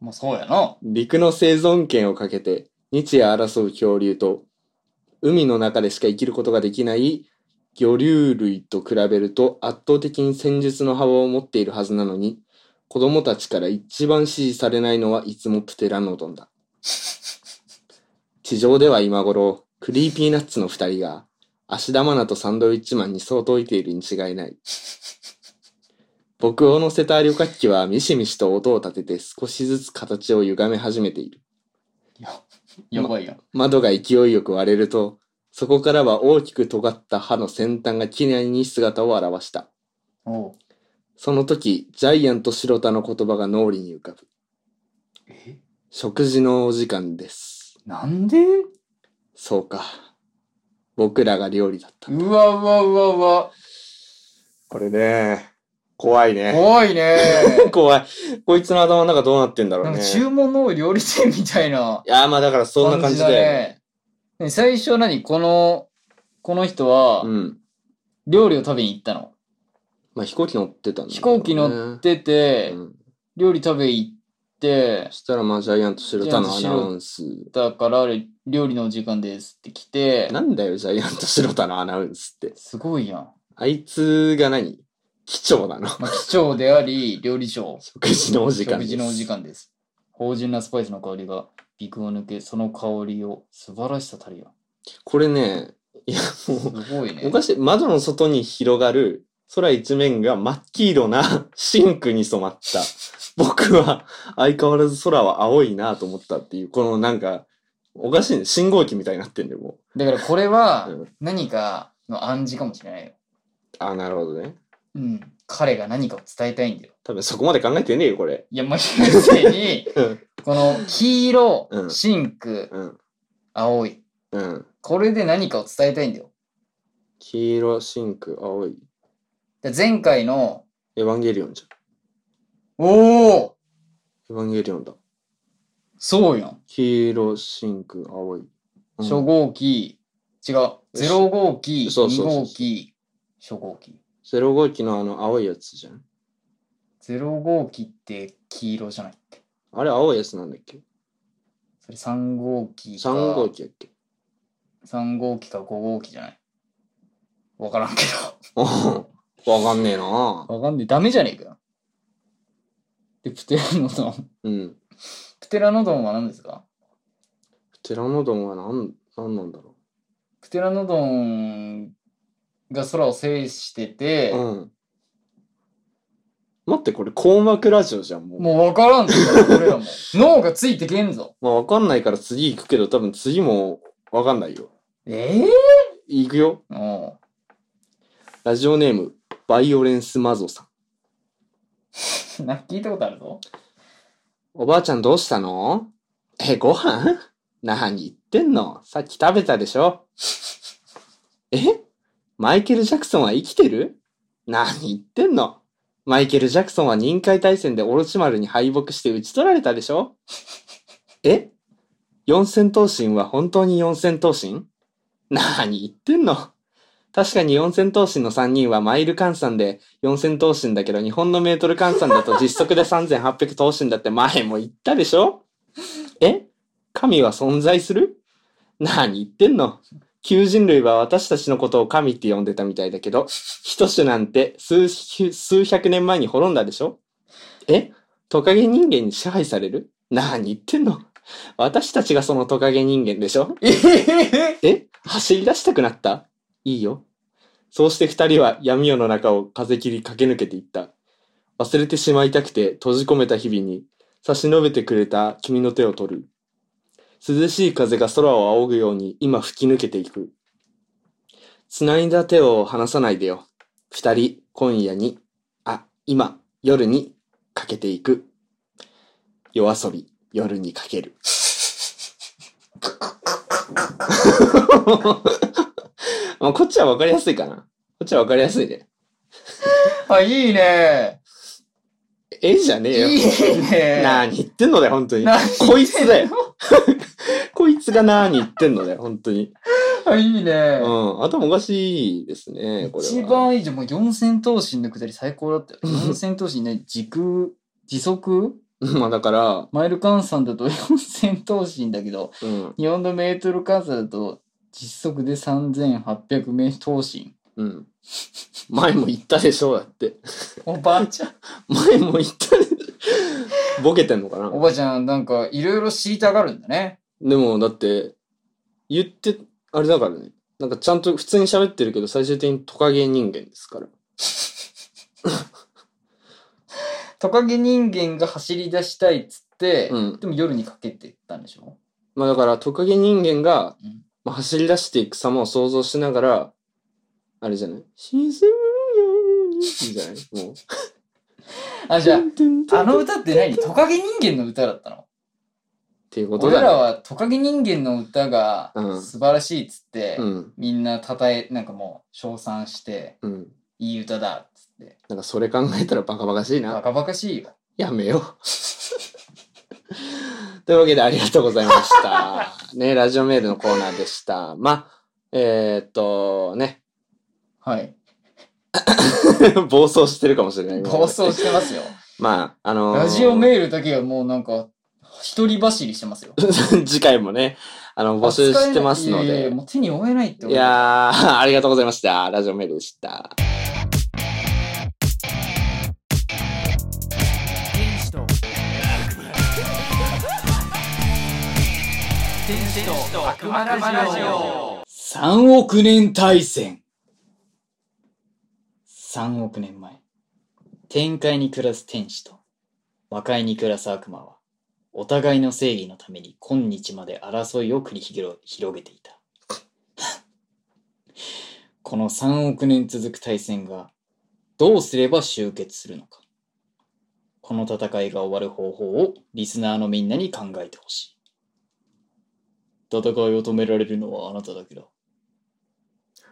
A: もうそうやな
B: 陸の生存権をかけて日夜争う恐竜と海の中でしか生きることができない魚竜類と比べると圧倒的に戦術の幅を持っているはずなのに子供たちから一番支持されないのはいつもプテラノドンだ地上では今頃クリーピーナッツの2人が芦田愛菜とサンドウィッチマンに相当いているに違いない僕を乗せた旅客機はミシミシと音を立てて少しずつ形を歪め始めている。
A: やばいやん
B: 窓が勢いよく割れると、そこからは大きく尖った歯の先端が機内に姿を現した。
A: おう
B: その時、ジャイアント白田の言葉が脳裏に浮かぶ。
A: え
B: 食事のお時間です。
A: なんで
B: そうか。僕らが料理だった。
A: うわうわうわうわ
B: これね、怖いね。
A: 怖いね
B: 怖い。こいつの頭の中どうなってんだろ
A: (laughs) な
B: うんね。
A: か
B: い
A: 注文の多い料理店みたいな
B: やー、まあだからそんな感じだ
A: だ
B: よね。
A: ねね最初何このこの人は
B: うん。
A: 料理を食べに行ったの、
B: まあ飛行機乗ってたんだ、ね。
A: 飛行機乗ってて、
B: うん
A: 料理食べに行って
B: そしたらまあジャイアント白田のアナウンス。
A: だから料理のお時間ですって来て
B: なんだよ、ジャイアント白田のアナウンスって。
A: すごいやん、
B: あいつが何機長なの (laughs)
A: まあ、貴重であり料理長
B: 食事のお時間
A: 食
B: です。
A: 事のお時。間です芳醇なスパイスの香りが鼻腔を抜けその香りを素晴らしさたるや
B: これね、いやもう、
A: すごいね
B: おかしい。窓の外に広がる空一面が真っ黄色なシンクに染まった。僕は相変わらず空は青いなと思ったっていう、このなんか、おかしいね。信号機みたいになってんだよ、も
A: だからこれは
B: うん
A: 何かの暗示かもしれないよ、
B: う。あ、なるほどね。
A: うん、彼が何かを伝えたいんだよ
B: 多分そこまで考えてねえよ、これ。
A: いや、まあ、要する
B: (laughs)
A: に、
B: うん。
A: この黄色
B: う、ん
A: 深紅、
B: うん。
A: 青い。
B: うん。
A: これで何かを伝えたいんだよ。
B: 黄色、シンク、青い。
A: だから前回の、
B: エヴァンゲリオンじゃ
A: おお
B: ん。エヴァンゲリオンだ。
A: そうやん。
B: 黄色、シンク、青い。うん
A: 初号機、違う、0号機、
B: そうそう
A: 2
B: そうそう
A: 号機、初号機。
B: ゼロ号機のあの青いやつじゃん。
A: 0号機って黄色じゃないって。
B: あれ青いやつなんだっけ
A: それ3号機か、
B: ?3 号機やっけ
A: 3号機か5号機じゃない。わからんけ
B: おー (laughs) わかんねえな
A: ど。わかんねえ。ダメじゃねえかよ。で、プテラノドン。
B: うん。
A: プテラノドンは何ですか
B: プテラノドンはなん、なんなんだろ
A: プテラノドンが空を制してて、
B: う。うん。待って、これ、硬膜ラジオじゃん、もう。
A: もう分からんぞ、俺
B: (laughs)
A: らも。脳がついてけんぞ。
B: まあ、わかんないから次行くけど、多分次もわかんないよ。
A: ええ
B: 行くよ。
A: お
B: ラジオネーム、バイオレンスマゾさん。
A: (laughs) うなんか聞いたことあるぞ。
B: おばあちゃんどうしたのえ、ご飯何言ってんのさっき食べたでしょえマイケル・ジャクソンは生きてる何言ってんのマイケル・ジャクソンは任海大戦でオロチマルに敗北して討ち取られたでしょえ四千頭身は本当に四千頭身何言ってんの確かに四千頭身の3人はマイル換算で四千頭身だけど日本のメートル換算だと実測で3800頭身だって前も言ったでしょえ神は存在する何言ってんの旧人類は私たちのことを神って呼んでたみたいだけど、人種なんて数数百年前に滅んだでしょえトカゲ人間に支配される何言ってんの私たちがそのトカゲ人間でしょ
A: ええ
B: え走り出したくなったいいよ。そうして二人は闇夜の中を風切り駆け抜けていった。忘れてしまいたくて閉じ込めた日々に差し伸べてくれた君の手を取る。涼しい風が空を仰ぐように今吹き抜けていく。繋いだ手を離さないでよ。二人、今夜に、あ、今、夜に、かけていく。夜遊び、夜にかける。まあこっちはわかりやすいかな。こっちはわかりやすいね。
A: あ、いいね。
B: えじゃね
A: い
B: えよ。
A: い (laughs) ね。
B: 何言ってんのだよ、本当に。
A: 何
B: こいつだよ。こいつが何言ってんのだよ、本当に。
A: あ、いいね。
B: うん。頭おかしいですね、これは。
A: 一番いいじゃん。もう四千頭身のくだり最高だったよ。四千頭身ね、時空、時速
B: (laughs) まあだから、
A: マイル換算だと四千頭身だけど、
B: うん。
A: 日本のメートル換算だと実測で3800名頭身。
B: うん。前も言ったでしょ、だって。
A: おばあちゃん。
B: 前も言ったでボケてんのかな
A: おばあちゃん、なんかいろいろ知りたがるんだね。
B: でも、だって、言って、あれだからね。なんかちゃんと普通に喋ってるけど、最終的にトカゲ人間ですから。
A: トカゲ人間が走り出したいっつって、
B: うん
A: でも夜にかけてったんでしょ
B: まあだから、トカゲ人間が
A: うん、
B: まあ、走り出していく様を想像しながら、あれじゃない沈むように、じ
A: (laughs)
B: ゃないもう。
A: あ、じゃ
B: トゥントゥントゥン
A: あ、あの歌って何トカゲ人間の歌だったの
B: っていうこと
A: 俺ら
B: だね。
A: はトカゲ人間の歌が
B: うん
A: 素晴らしいっつって、
B: うん。
A: みんなたたえ、なんかもう称賛して、
B: うん。
A: いい歌だっつって。
B: なんかそれ考えたらバカバカしい
A: バ
B: な。
A: カバカしいよ。
B: やめよう。 (laughs) というわけでありがとうございました。ね、ラジオメールのコーナーでした。まあ、えー、っと、ね、 (laughs)
A: はい。
B: 暴走してるかもしれない。
A: 暴走してますよ。
B: まあ、あのー
A: ラジオメールだけはもうなんか、一人走りしてますよ。
B: (laughs) 次回もね、あの、募集してますの
A: 扱えないいやい
B: で
A: や。もう手に負えないって
B: い
A: 俺
B: やー、 (laughs) ありがとうございました。ラジオメールでした。
C: 天使と悪魔天使と悪魔ラジオ
A: 3億年大戦3億年前天界に暮らす天使と魔界に暮らす悪魔はお互いの正義のために今日まで争いを繰り広げていた (laughs) この3億年続く大戦がどうすれば終結するのかこの戦いが終わる方法をリスナーのみんなに考えてほしい戦いを止められるのはあなただけだ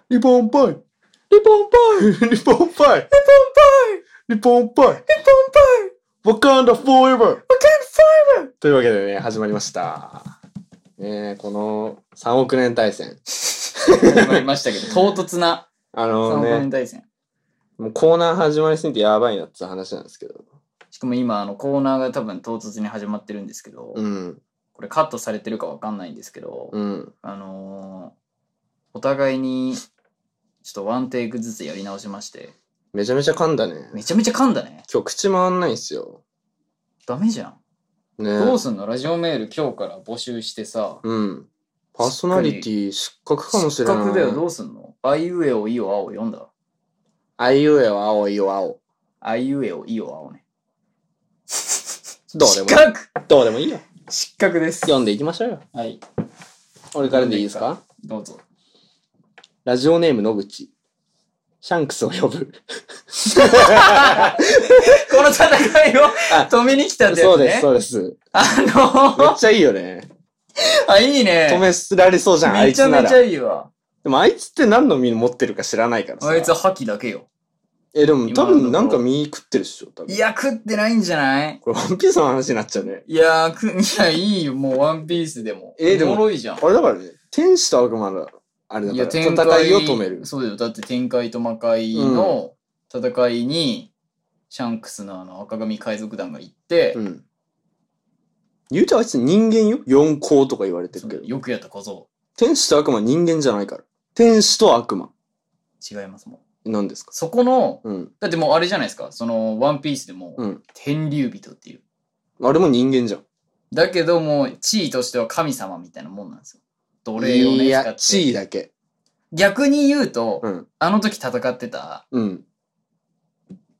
B: リボンパイリボンパイリボンパイリボンパイリボンパイリボンパイワカンダフォーエバーワカンダフォーエバーというわけでね、始まりました。ねえこの3億年大戦。
A: 始まりましたけ
B: (laughs)
A: ど、唐突な
B: あ
A: 3
B: の
A: 億年
B: ね、
A: 大戦。
B: もうコーナー始まりすぎてやばいなって話なんですけど。
A: しかも今、あのコーナーが多分唐突に始まってるんですけど、
B: うん、
A: これカットされてるかわかんないんですけど、
B: うん、
A: あのーお互いにちょっとワンテイクずつやり直しまして、
B: めちゃめちゃ噛んだね。
A: めちゃめちゃ噛んだね。
B: 今日口回んないんすよ。
A: ダメじゃん。
B: ね
A: どうすんのラジオメール今日から募集してさ、
B: うん。パーソナリティ失格かもし
A: 失
B: れない。
A: 格だよ、どうすんのあいうえおいおあお読んだ。
B: あいうえは青いよ青。
A: あいうえおいおあおね。
B: どうでもい
A: 失。
B: い
A: 格
B: どうでもいいよ。
A: 失格です。
B: 読んでいきましょうよ。
A: はい、
B: 俺からでいいですか
A: どうぞ。
B: ラジオネーム野口。シャンクスを呼ぶ。
A: この戦いを (laughs)
B: あ
A: 止めに来たんだ
B: そ
A: よ
B: うです、
A: ね。
B: そうです。
A: あ
B: め
A: の
B: っちゃいいよね。
A: あ、いいね。
B: 止められそうじゃん、あ
A: め
B: い
A: ちゃ
B: つな
A: め
B: ら
A: ち。ゃいいわ。
B: でもあいつって何の実持ってるか知らないからさ。
A: あいつは覇気だけよ。
B: え、でも
A: 今
B: 多
A: のところ
B: 分なんか身食ってるっしょ、多分
A: い。や、食ってないんじゃない
B: これワンピースの話になっちゃうね。
A: いやー、く、 (laughs) いや、いいよ、もうワンピースでも。
B: えでも
A: おもろいじゃん。
B: あれだからね、天使と悪魔の、あれだ
A: い
B: か
A: や、
B: ら、
A: 展
B: 戦
A: 開
B: いを止める。
A: そうだよ。だって展開と魔界の戦いに、シャンクスのあの赤髪海賊団が行って、
B: うん。言うてあいつ人間よ。四皇とか言われて
A: そ
B: る
A: う
B: けど。
A: よくやった小僧。
B: 天使と悪魔人間じゃないから。天使と悪魔。
A: 違いますもん。
B: 何ですか
A: そこの、
B: うん。
A: だってもうあれじゃないですか、その、ワンピースでも、
B: うん
A: 天竜人っていう。
B: あれも人間じゃん。
A: だけどもう、地位としては神様みたいなもんなんですよ。奴隷を
B: い
A: ね、使
B: や、
A: って。
B: 地位だけ。
A: 逆に言うと、
B: うん。
A: あの時戦ってた、
B: うん。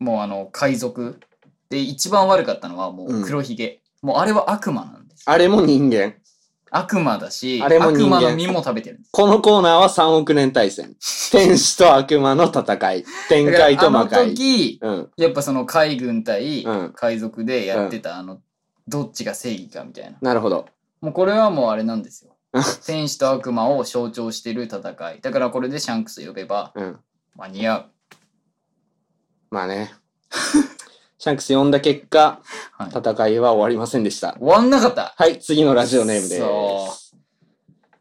A: もうあの、海賊。で、一番悪かったのはもう黒ひげ。もうあれは悪魔なんです。
B: あれも人間。
A: 悪魔だし、
B: あれも
A: 悪
B: 人間
A: 魔の実も食べてるんです。
B: このコーナーは3億年対戦。天使と悪魔の戦い。展
A: だから
B: 開と魔
A: あの
B: 界。
A: 時、
B: うん。
A: やっぱその海軍対
B: うん
A: 海賊でやってた、あの、どっちが正義かみたいな。
B: なるほど。
A: もうこれはもうあれなんです
B: (laughs)
A: よ。天使と悪魔を象徴してる戦い。だからこれでシャンクス呼べば
B: うん。
A: 間に合う。
B: まあね。 (laughs) シャンクス呼んだ結果、
A: はい終
B: 戦いは終わりませんでした。
A: わんなかった
B: はい、次のラジオネームで
A: そ
B: す。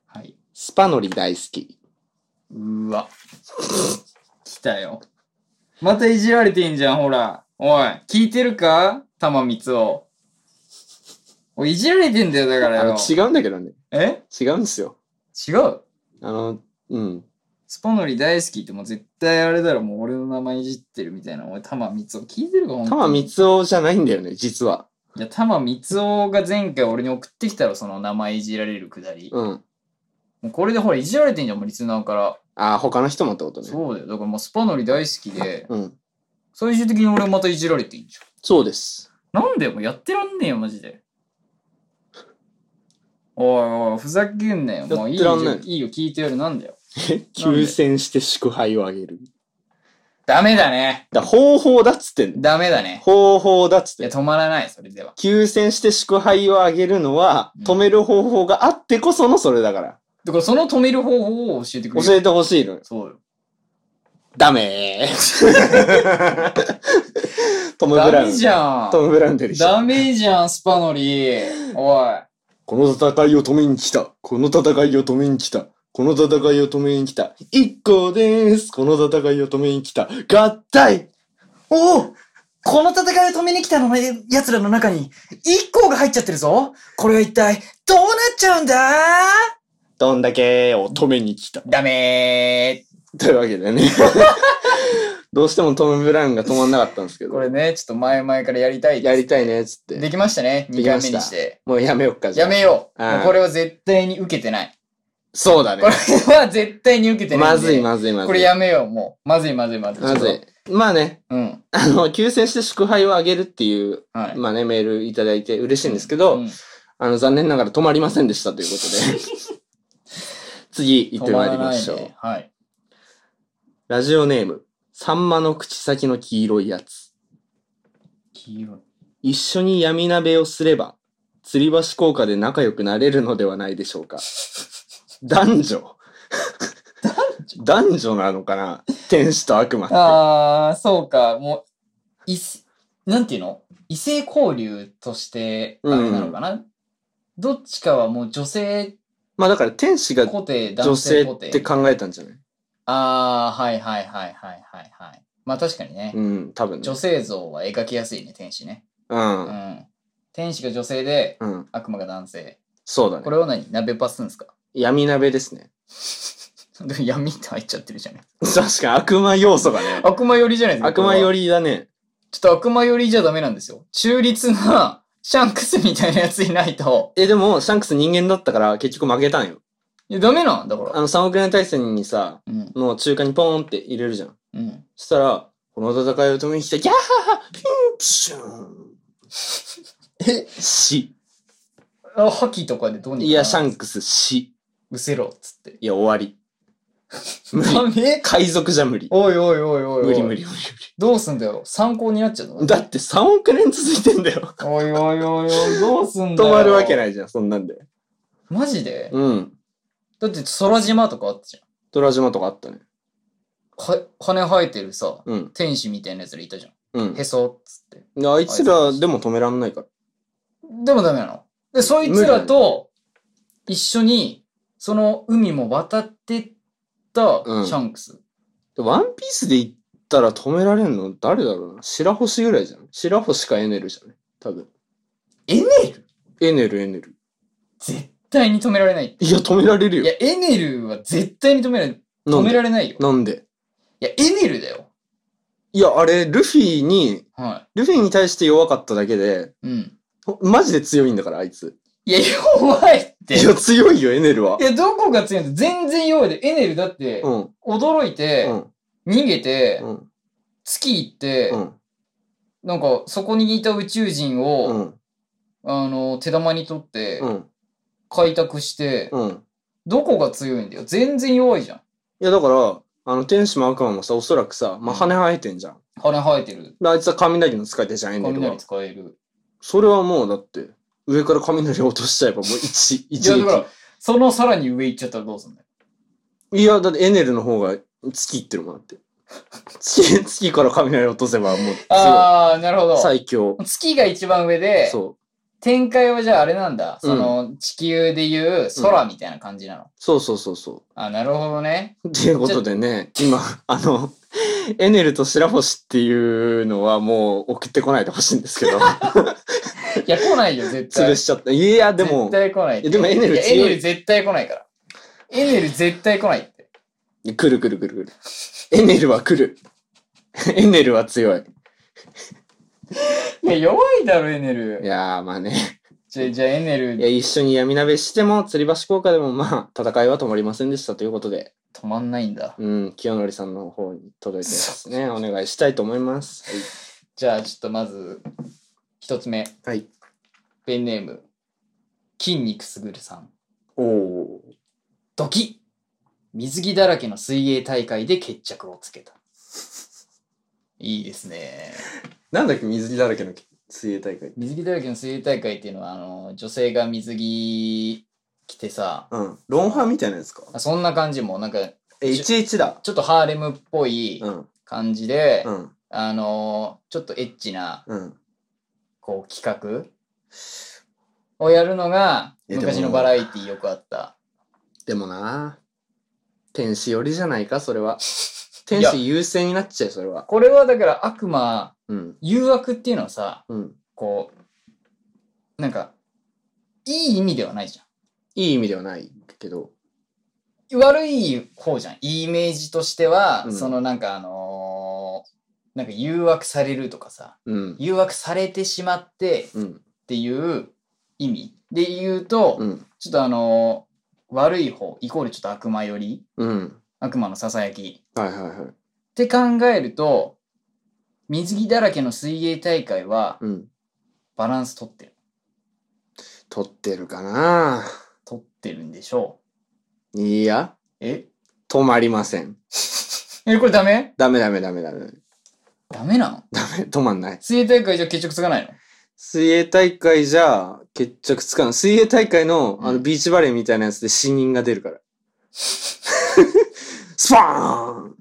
A: はい。
B: スパノリ大好き。
A: うわ。来たよ。またいじられてんじゃん、ほら。おい、聞いてるか玉光を。おい、いじられてんだよ、だか
B: あ
A: らよ
B: の。違うんだけどね。
A: え
B: 違うんですよ。
A: 違う
B: あの、うん。
A: スポノリ大好きってもう絶対あれだろ、もう俺の名前いじってるみたいな。おい、玉光を聞いてるか、ほん
B: 玉光雄じゃないんだよね、実は。
A: いや、玉光雄が前回俺に送ってきたろ、その名前いじられるくだり。
B: うん。
A: もうこれでほら、いじられてんじゃん、もうリスナーから。
B: ああ、他の人もってことね。
A: そうだよ。だからもうスパノリ大好きで、
B: うん。
A: 最終的に俺またいじられてんじ
B: そうです。
A: ゃん。なんだよ、もうやってらんねえよ、マジで。おいおい、ふざけんなよ。もういい
B: や
A: よ
B: ってらんない、
A: いいよ、聞いてやる、 (laughs) なんだよ。
B: 休戦して祝杯をあげる。
A: ダメだね。
B: だ、方法だっつってんの
A: ダメだね。
B: 方法だっつっ
A: い
B: てん
A: や、
B: の
A: 止まらない、それでは。
B: 休戦して祝杯をあげるのは、
A: うん
B: 止める方法があってこそのそれだから。
A: だからその止める方法を教えてくれ
B: 教
A: る。
B: えてほしいのよ。
A: そうよ。
B: ダメー。 (laughs) トム・ブ
A: ダ
B: ラウ
A: メ
B: ン。
A: じゃん。
B: トム・ブラウン出てきた
A: ダメじゃん、スパノリ。おい。
B: この戦いを止めに来た。この戦いを止めに来た。この戦いを止めに来た。一個です。この戦いを止めに来た。合体
D: おおこの戦いを止めに来たのの奴らの中に、一行が入っちゃってるぞこれは一体、どうなっちゃうんだ
B: どんだけを止めに来た。
A: ダメ
B: というわけでね。 (laughs) どうしてもトム・ブラウンが止まんなかったんですけ
A: ー
B: ど。
A: これね、ちょっと前々からやりたいです
B: やりたいね、つって。
A: できましたね。
B: で
A: 2
B: きま
A: 回
B: した
A: 目にして。
B: もうやめよっか、じゃ
A: や
B: あ
A: めよう。
B: うん
A: もうこれは絶対に受けてない。
B: そうだ
A: これ
B: ね。
A: は絶対に受けてないん
B: ま
A: で。
B: ずい、まずい、まずい。
A: これやめよう、もう。まずい、まずい、まずい。
B: まずい。まあね、
A: うん。
B: あの、休戦して祝杯をあげるっていう、
A: はい。
B: まあね、メールいただいて嬉しいんですけど、
A: うん
B: あの、残念ながら止まりませんでしたということで。
A: (laughs)
B: 次、行ってまいりましょ
A: 止らないうね。はい。
B: ラジオネーム、サンマの口先の黄色いやつ。
A: 黄色い。
B: 一緒に闇鍋をすれば、吊り橋効果で仲良くなれるのではないでしょ
A: (laughs)
B: うか。男女。男女なのかな天使と悪魔って。
A: あー、そうか。もう、いす、なんていうの異性交流として、あれなのかな、どっちかはもう女性
B: まあだから天使が
A: 固定、
B: 女
A: 男
B: 性
A: 性
B: っ
A: 固
B: て
A: 定。
B: 考えたんじゃない
A: あー、はいはいはいはいはいはい。まあ確かにね。
B: うん、多分ね。
A: 女性像は描きやすいね、天使ね。
B: う。
A: うんん。天使が女性で、
B: うん。
A: 悪魔が男性。
B: そうだね
A: こ。れを何鍋パスすんですか (laughs)
B: 闇鍋ですね。
A: でも闇って入っちゃってるじゃない。
B: 確かに悪魔要素がね。
A: 悪魔寄りじゃないですか。
B: 悪魔寄
A: り。
B: りだね。
A: ちょっと悪魔寄りじゃダメなんですよ。中立なシャンクスみたいなやついないと。
B: え、でも、シャンクス人間だったから結局負けたんよ。
A: いや、ダメなんだか
B: あ
A: ら。
B: の、3億年対戦にさ、
A: うん。
B: の中間にポーンって入れるじゃん。
A: うん。
B: そしたら、この戦いを止めに来て、ギャーハピンチューン。え、死。
A: あ、覇気とかでどうにか。
B: いや、シャ
A: ン。
B: ンクス死。
A: 失せろ、っつって。
B: いや、終わり。無理。
A: ダメ
B: 海賊じゃ無理。
A: おいおいおいおいおい。
B: 無理無理無理
A: どうすんだよ。参考になっちゃう
B: 無理。
A: の
B: だって3億年続いてんだよ。
A: おいおいおいおい、どうすんだ
B: 止
A: よ。
B: まるわけ
A: い。
B: ないじゃん、そんなんで。
A: マジで
B: うん。
A: だって空島とかあったじゃん。
B: 虎島とかあったね。
A: か金生えてるさ、
B: うん。
A: 天使みたいなやつらいたじゃ
B: うん
A: ん。へ。そっつって。
B: であいつらでも止めらんないから。
A: でもダメなの。で、そいつらと一緒に、その海も渡ってった
B: うん
A: シャンクス。
B: でワンピースで行ったら止められんの誰だろうな。白星ぐらいじゃん。白星かエネルじゃね。多分。
A: エネル
B: エネル、エネル。
A: 絶対に止められないって。
B: いや、止められる
A: いや
B: よ。、
A: エネルは絶対に止められない。
B: な
A: 止
B: ん
A: め
B: で
A: られないよ。
B: なんで
A: いや、エネルだよ。
B: いや、あれ、ルフィに、
A: は
B: ルフィに対して弱かっただけで、
A: い。うん。
B: ほマジで強いんだから、あいつ。
A: いや、弱いって。。
B: いや、強いよ、エネルはい
A: や、どこが強いんだ全然弱いで。エネルだって
B: う、ん。
A: 驚いて、
B: うん。
A: 逃げて
B: う、ん。
A: 月行って、
B: うん。
A: なんか、そこにいた宇宙人
B: う
A: を、
B: ん。
A: あの、手玉に取って、
B: うん。
A: 開拓して、
B: うん。
A: どこが強いんだよ全然弱いじゃん。
B: いやだから、あの、天使も悪魔もさ、おそらくさ、まあ、羽生えてんじゃん。
A: 羽生えてる。
B: で、あいつは雷の使い手じゃん、エネルは
A: 雷。使える。
B: それはもう、だって、上から雷落としちゃえばもう一、
A: い
B: 一
A: や、だから
B: 撃。、
A: そのさらに上行っちゃったらどうすんだよ。
B: いや、だってエネルの方が月いってるもんだって。月、月から雷落とせばもう強
A: あー、なるほど
B: い。。最強。
A: 月が一番上で、
B: そう。
A: 展開はじゃああれなんだ。
B: うん
A: その、地球でいう空みたいな感じなの。
B: そうそうそうそ
A: あ、なるほどね。
B: う。っていうことでね、今、あの、エネルと白星っていうのはもう送ってこないでほしいんです
A: (laughs)
B: けど、
A: いや、来ないよ、絶
B: (laughs)
A: 対。
B: 潰しちゃった。いや、でも
A: 絶、対来ないっ
B: い
A: て。
B: やでもエネル
A: いや
B: 強い
A: エネル絶対来ないから。エネル絶対来ない
B: (laughs)
A: って。
B: 来る来る来る来る。エネルは来る。エネルは強い。
A: いや、弱いだろ、エネル
B: い。やーまあね。
A: じゃ、じゃあエネル
B: いや、一緒に闇鍋しても、吊り橋効果でもまあ、戦いは止まりませんでしたということで、
A: 止まんないんだ。
B: うん、清則さんの方に届いてますね。お願いしたいと思います。
A: じゃあ、ちょっとまず、一つ目。
B: はい。はい、
A: ペンネーム、筋肉すぐるさん。
B: おお。
A: ドキッ水着だらけの水泳大会で決着をつけた。いいですね。
B: なんだっけ、水着だらけの水泳大会。
A: 水着だらけの水泳大会っていうのは、あの、女性が水着着てさ、
B: うん。ロンハーみたいなやつか。
A: あそんな感じも、なんか、
B: え、11だ。
A: ちょっとハーレムっぽい
B: うん。
A: 感じで、
B: うん。
A: あのーちょっとエッチな、
B: うん。
A: こう、企画をやるのが、
B: えでも
A: 昔のバラエティーよくあった。
B: でもな天使寄りじゃないか、それ (laughs) は。
A: い
B: 天
A: や
B: 使優先になっちゃう、それは。
A: これはだから悪魔、
B: うん。
A: 誘惑っていうのはさ、
B: うん。
A: こう、なんか、いい意味ではないじゃん。
B: いい意味ではないけど。
A: 悪い方じゃん。いいイメージとしては、
B: うん
A: そのなんかあのーなんか誘惑されるとかさ、
B: うん。
A: 誘惑されてしまってっ
B: うん。
A: ていう意味で言うと、
B: うん。
A: ちょっとあのー悪い方、イコールちょっと悪魔寄り、
B: うん。
A: 悪魔のささやきっ
B: はいはいはい。
A: て考えると、水着だらけの水泳大会は
B: うん。
A: バランス取ってる。
B: 撮ってるかな
A: 取ってるんでしょ
B: いや、
A: う。え
B: 止まりません。
A: え、これダメ
B: ダメダメダメダメ。 (laughs)
A: ダメなの
B: ダメ、止まんない。
A: 水泳大会じゃ決着つかないの
B: 水泳大会じゃ決着つかん。水泳大会のあ
A: う
B: の
A: ん
B: ビーチバレーみたいなやつで死人が出
A: (laughs)
B: るから。スパーン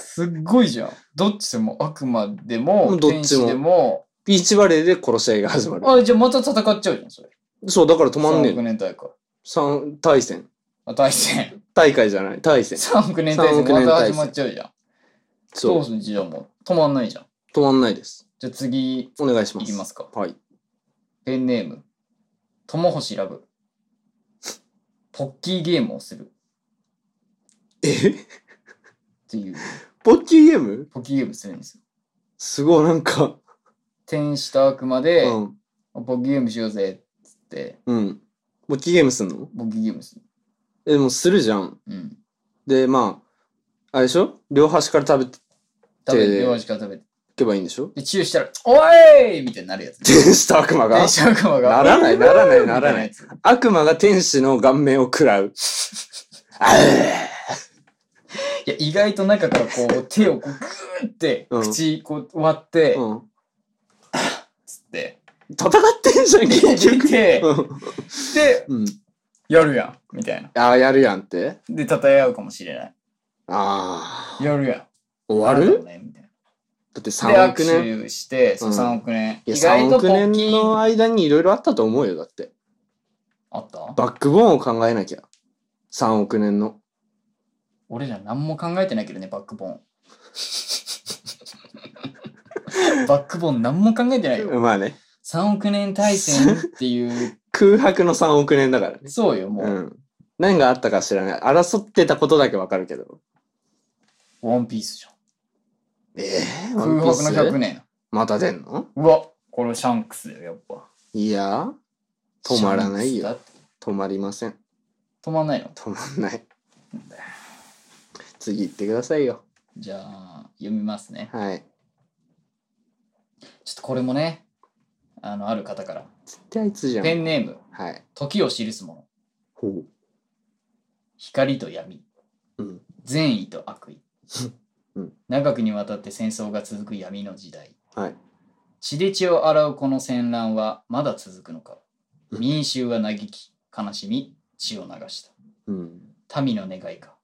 A: すっごいじゃん。どっちでも悪魔でも、
B: うんどっちも
A: 天使でも。
B: ビーチバレーで殺し合いが始まる。
A: あ、じゃあまた戦っちゃうじゃん、それ。
B: そう、だから止まん
A: 3
B: ね
A: 億
B: え。
A: 年大会。
B: 三対戦。
A: あ、大
B: (laughs)
A: 戦。
B: 大会じゃない。対戦。
A: 3億年大
B: 三
A: 戦
B: 億年大戦
A: また始まっちゃうじゃん。
B: そ
A: ど
B: う
A: う。するじゃあもう止まんないじゃん。
B: 止まんないです。
A: じゃあ次、
B: お願いしま
A: い
B: す。
A: きますか。
B: はい。
A: ペンネーム。友星ラブ。ポッキーゲームをするっ
B: え
A: ていう、
B: ポッキーゲーム
A: ポッキーゲームするんですよ。
B: すごい、なんか。
A: 天使と悪魔で、
B: うん。
A: ポッキーゲームしようぜ、つって、
B: うん。ポッキーゲームすんの
A: ポッキーゲームする。
B: え、でもするじゃん。
A: うん。
B: で、まあ、あれでしょ両端から食べて
A: 食べ
B: で
A: て、両しから食べて。
B: けばいいんでしょ (laughs)
A: で、チューしたら、おいみたいになるやつ。
B: 天使と悪魔が
A: 電。車悪魔が。
B: ならないならないならない
A: みたいなやつ。
B: (laughs) 悪魔が天使の顔面を食らう。あ
A: いや、意外と中からこう、手をこう、グーって、
B: うん
A: 口、こう、割って、
B: ううん。
A: つって、
B: 戦ってんじゃん、結
A: 見
B: 局。
A: て、
B: うん
A: で、
B: (laughs) うん。
A: やるやん、みたいな。
B: ああ、やるやんって。
A: で、叩え合うかもしれない。
B: ああ。
A: やるやん。
B: 終わ
A: なんだろ
B: る
A: うねみたいな
B: だって3億
A: で、
B: 年。
A: 握手して、そう、
B: うん
A: 3億年。
B: いや、
A: 意外
B: 3
A: と
B: 億
A: ポッ
B: 年
A: キー
B: の間にいろいろあったと思うよ、だって。
A: あった
B: バックボーンを考えなきゃ。3億年の。
A: 俺ら何も考えてないけどね、バックボ
B: (laughs)
A: ーン。バックボーン何も考えてないよ。
B: まあね。
A: 3億年対戦って
B: (laughs)
A: いう、
B: 空白の3億年だからね。
A: そうよ、も
B: う
A: う。
B: ん。何があったか知らない。争ってたことだけわかるけど。
A: ワンピースじゃん。
B: ええ
A: 空白の100
B: 年。
A: 年。
B: また出んの
A: うわ、これシャンクスだよ、やっぱ。
B: いや、止まらない
A: シャン
B: よ。
A: クス
B: 止まりません。
A: だ。止まんないの
B: 止まんない。次行ってくださいよ。
A: じゃあ、読みますね。
B: はい。
A: ちょっとこれもね、あの、ある方から。
B: 絶対あいつじゃ
A: ペ
B: ん。
A: ンネーム、
B: はい。
A: 時を記すもの。
B: ほう。
A: 光と闇、
B: うん
A: 善意と悪意、
B: (laughs) うん
A: 長くにわたって戦争が続く闇の時代、
B: はい
A: 血で血を洗うこの戦乱はまだ続くのか
B: うん
A: 民衆は嘆き悲しみ血を流し
B: うん。
A: た民の願いか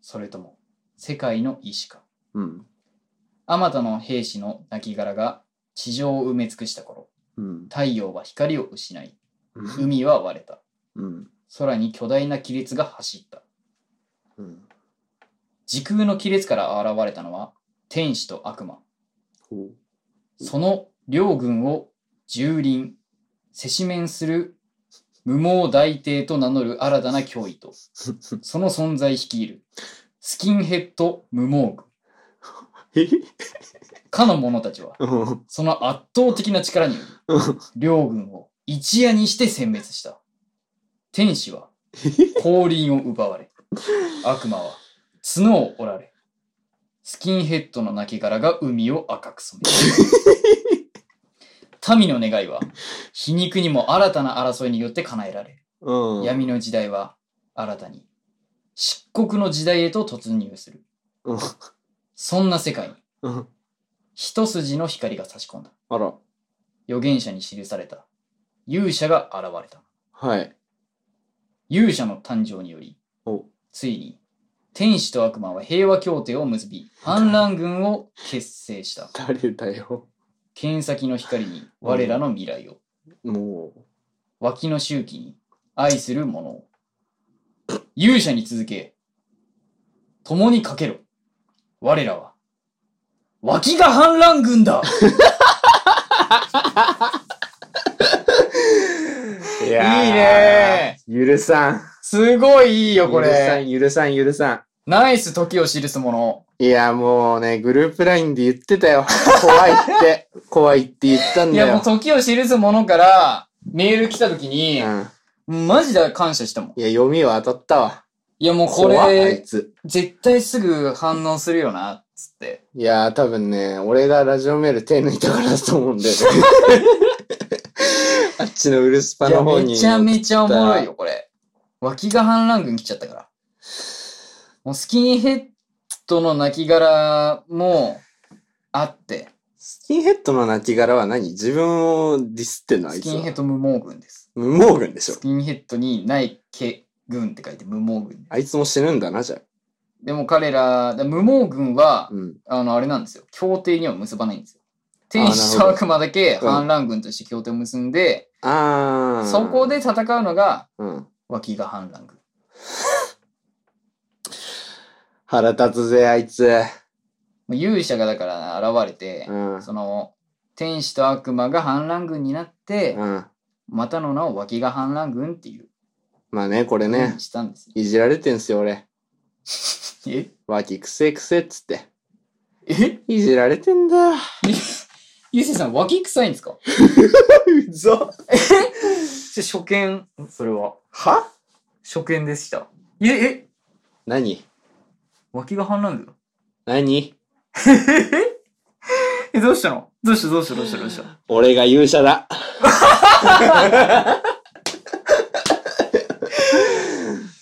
A: それとも世界の意志か
B: うん。
A: あまたの兵士の亡骸が地上を埋め尽くした頃
B: うん。
A: 太陽は光を失い
B: うん。
A: 海は割れた
B: うん。
A: 空に巨大な亀裂が走った
B: うん。
A: 時空の亀裂から現れたのは天使と悪魔
B: ほう。
A: その両軍を蹂躙せしめんする無毛大帝と名乗る新たな脅威とその存在率いるスキンヘッド無毛軍
B: え
A: かの者たちは
B: うん。
A: その圧倒的な力により
B: うん
A: 両軍を一夜にして殲滅した天使は降臨を奪
B: (laughs)
A: われ悪魔は角を折られスキンヘッドの亡骸が海を赤く染
B: (laughs)
A: め民の願いは皮肉にも新たな争いによって叶えられ
B: うん。
A: 闇の時代は新たに漆黒の時代へと突入する
B: うん。
A: そんな世界に
B: うん。
A: 一筋の光が差し込んだ
B: あら。
A: 預言者に記された勇者が現れた
B: はい。
A: 勇者の誕生により
B: お。
A: ついに天使と悪魔は平和協定を結び反乱軍を結成した
B: 誰だよ。
A: 剣先の光に我らの未来を
B: も
A: 脇の周期に愛する者を勇者に続け共にかけろ我らは脇が反乱軍
B: (laughs)
A: だ
B: う。い
A: いいね
B: いね許さん。
A: すごいいいよこ
B: 許さ
A: れ
B: ん、許さん、許さん。
A: ナイス時を記す者
B: いや、もうね、グループラインで言ってたよ。怖いって、怖いって言った
A: い
B: んだ
A: やも
B: よ
A: う。時を記す者からメール来た時に、
B: うん
A: マジで感謝したもん
B: いや、読みは当たったわ。
A: いやもうこ
B: 怖いあい
A: れ
B: つ。
A: 絶対すぐ反応するよな、つって。
B: いやー、多分ね、俺がラジオメール手抜いたからだと思うんだよ
A: (laughs)
B: ね。あっちのウルスパ
A: いや
B: の方に。
A: めちゃめちゃおもろいよ、これ。脇が反乱軍来ちゃったから。もうスキンヘッドの亡骸もあって、
B: スキンヘッドの亡きは何自分をディスってんのあ
A: ス
B: いつ
A: キンヘッ
B: は。
A: ド無毛軍です。
B: 無毛軍でしょ
A: ス。キンヘッドにない毛軍って書いて無毛軍。
B: あいつも死ぬんだな、じゃ
A: でも彼ら、だ無毛軍は
B: あ。、うん。
A: あの、あれなんですよ。協定には結ばないんですよ。天使
B: な
A: と
B: るほど
A: 悪魔だけ
B: うん
A: 反乱軍として協定を結んで、
B: あー。
A: そこで。戦うのが
B: うん。
A: 脇が反乱軍。
B: 腹立つぜ、あいつ。
A: まあ勇者がだから現れて
B: う、ん。
A: その天使と悪魔が反乱軍になって、
B: うん。
A: またの名を脇が反乱軍っていう
B: まあね、これ
A: ふう
B: ね
A: に、したんですよ。
B: いじられてんすよ、俺。
A: え (laughs)
B: 脇くせくせっつって。
A: え
B: いじられてんだよ。
A: ゆうせいさん脇臭いんですか
B: うざ。
A: 初見、それは
B: は
A: 初見でした。え、え
B: 何
A: 脇が反乱軍
B: 何
A: え、どうしたのどうしたどうしたどうしたどうした
B: 俺が勇者だ。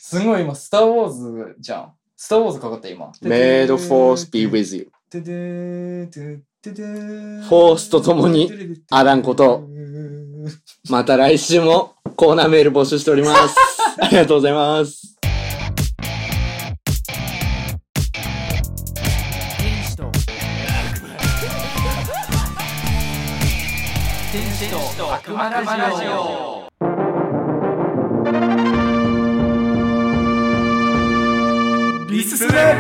A: すごい今、スター・ウォーズじゃん。スター・ウォーズかかった今。
B: Made for speed with you.
A: てでーててでー
B: フォースと共にあらんこと。また来週もコーナーメール募集しており (laughs) ます。ありがとうございます。
C: 天使と悪魔天使と悪魔ラジオリスレ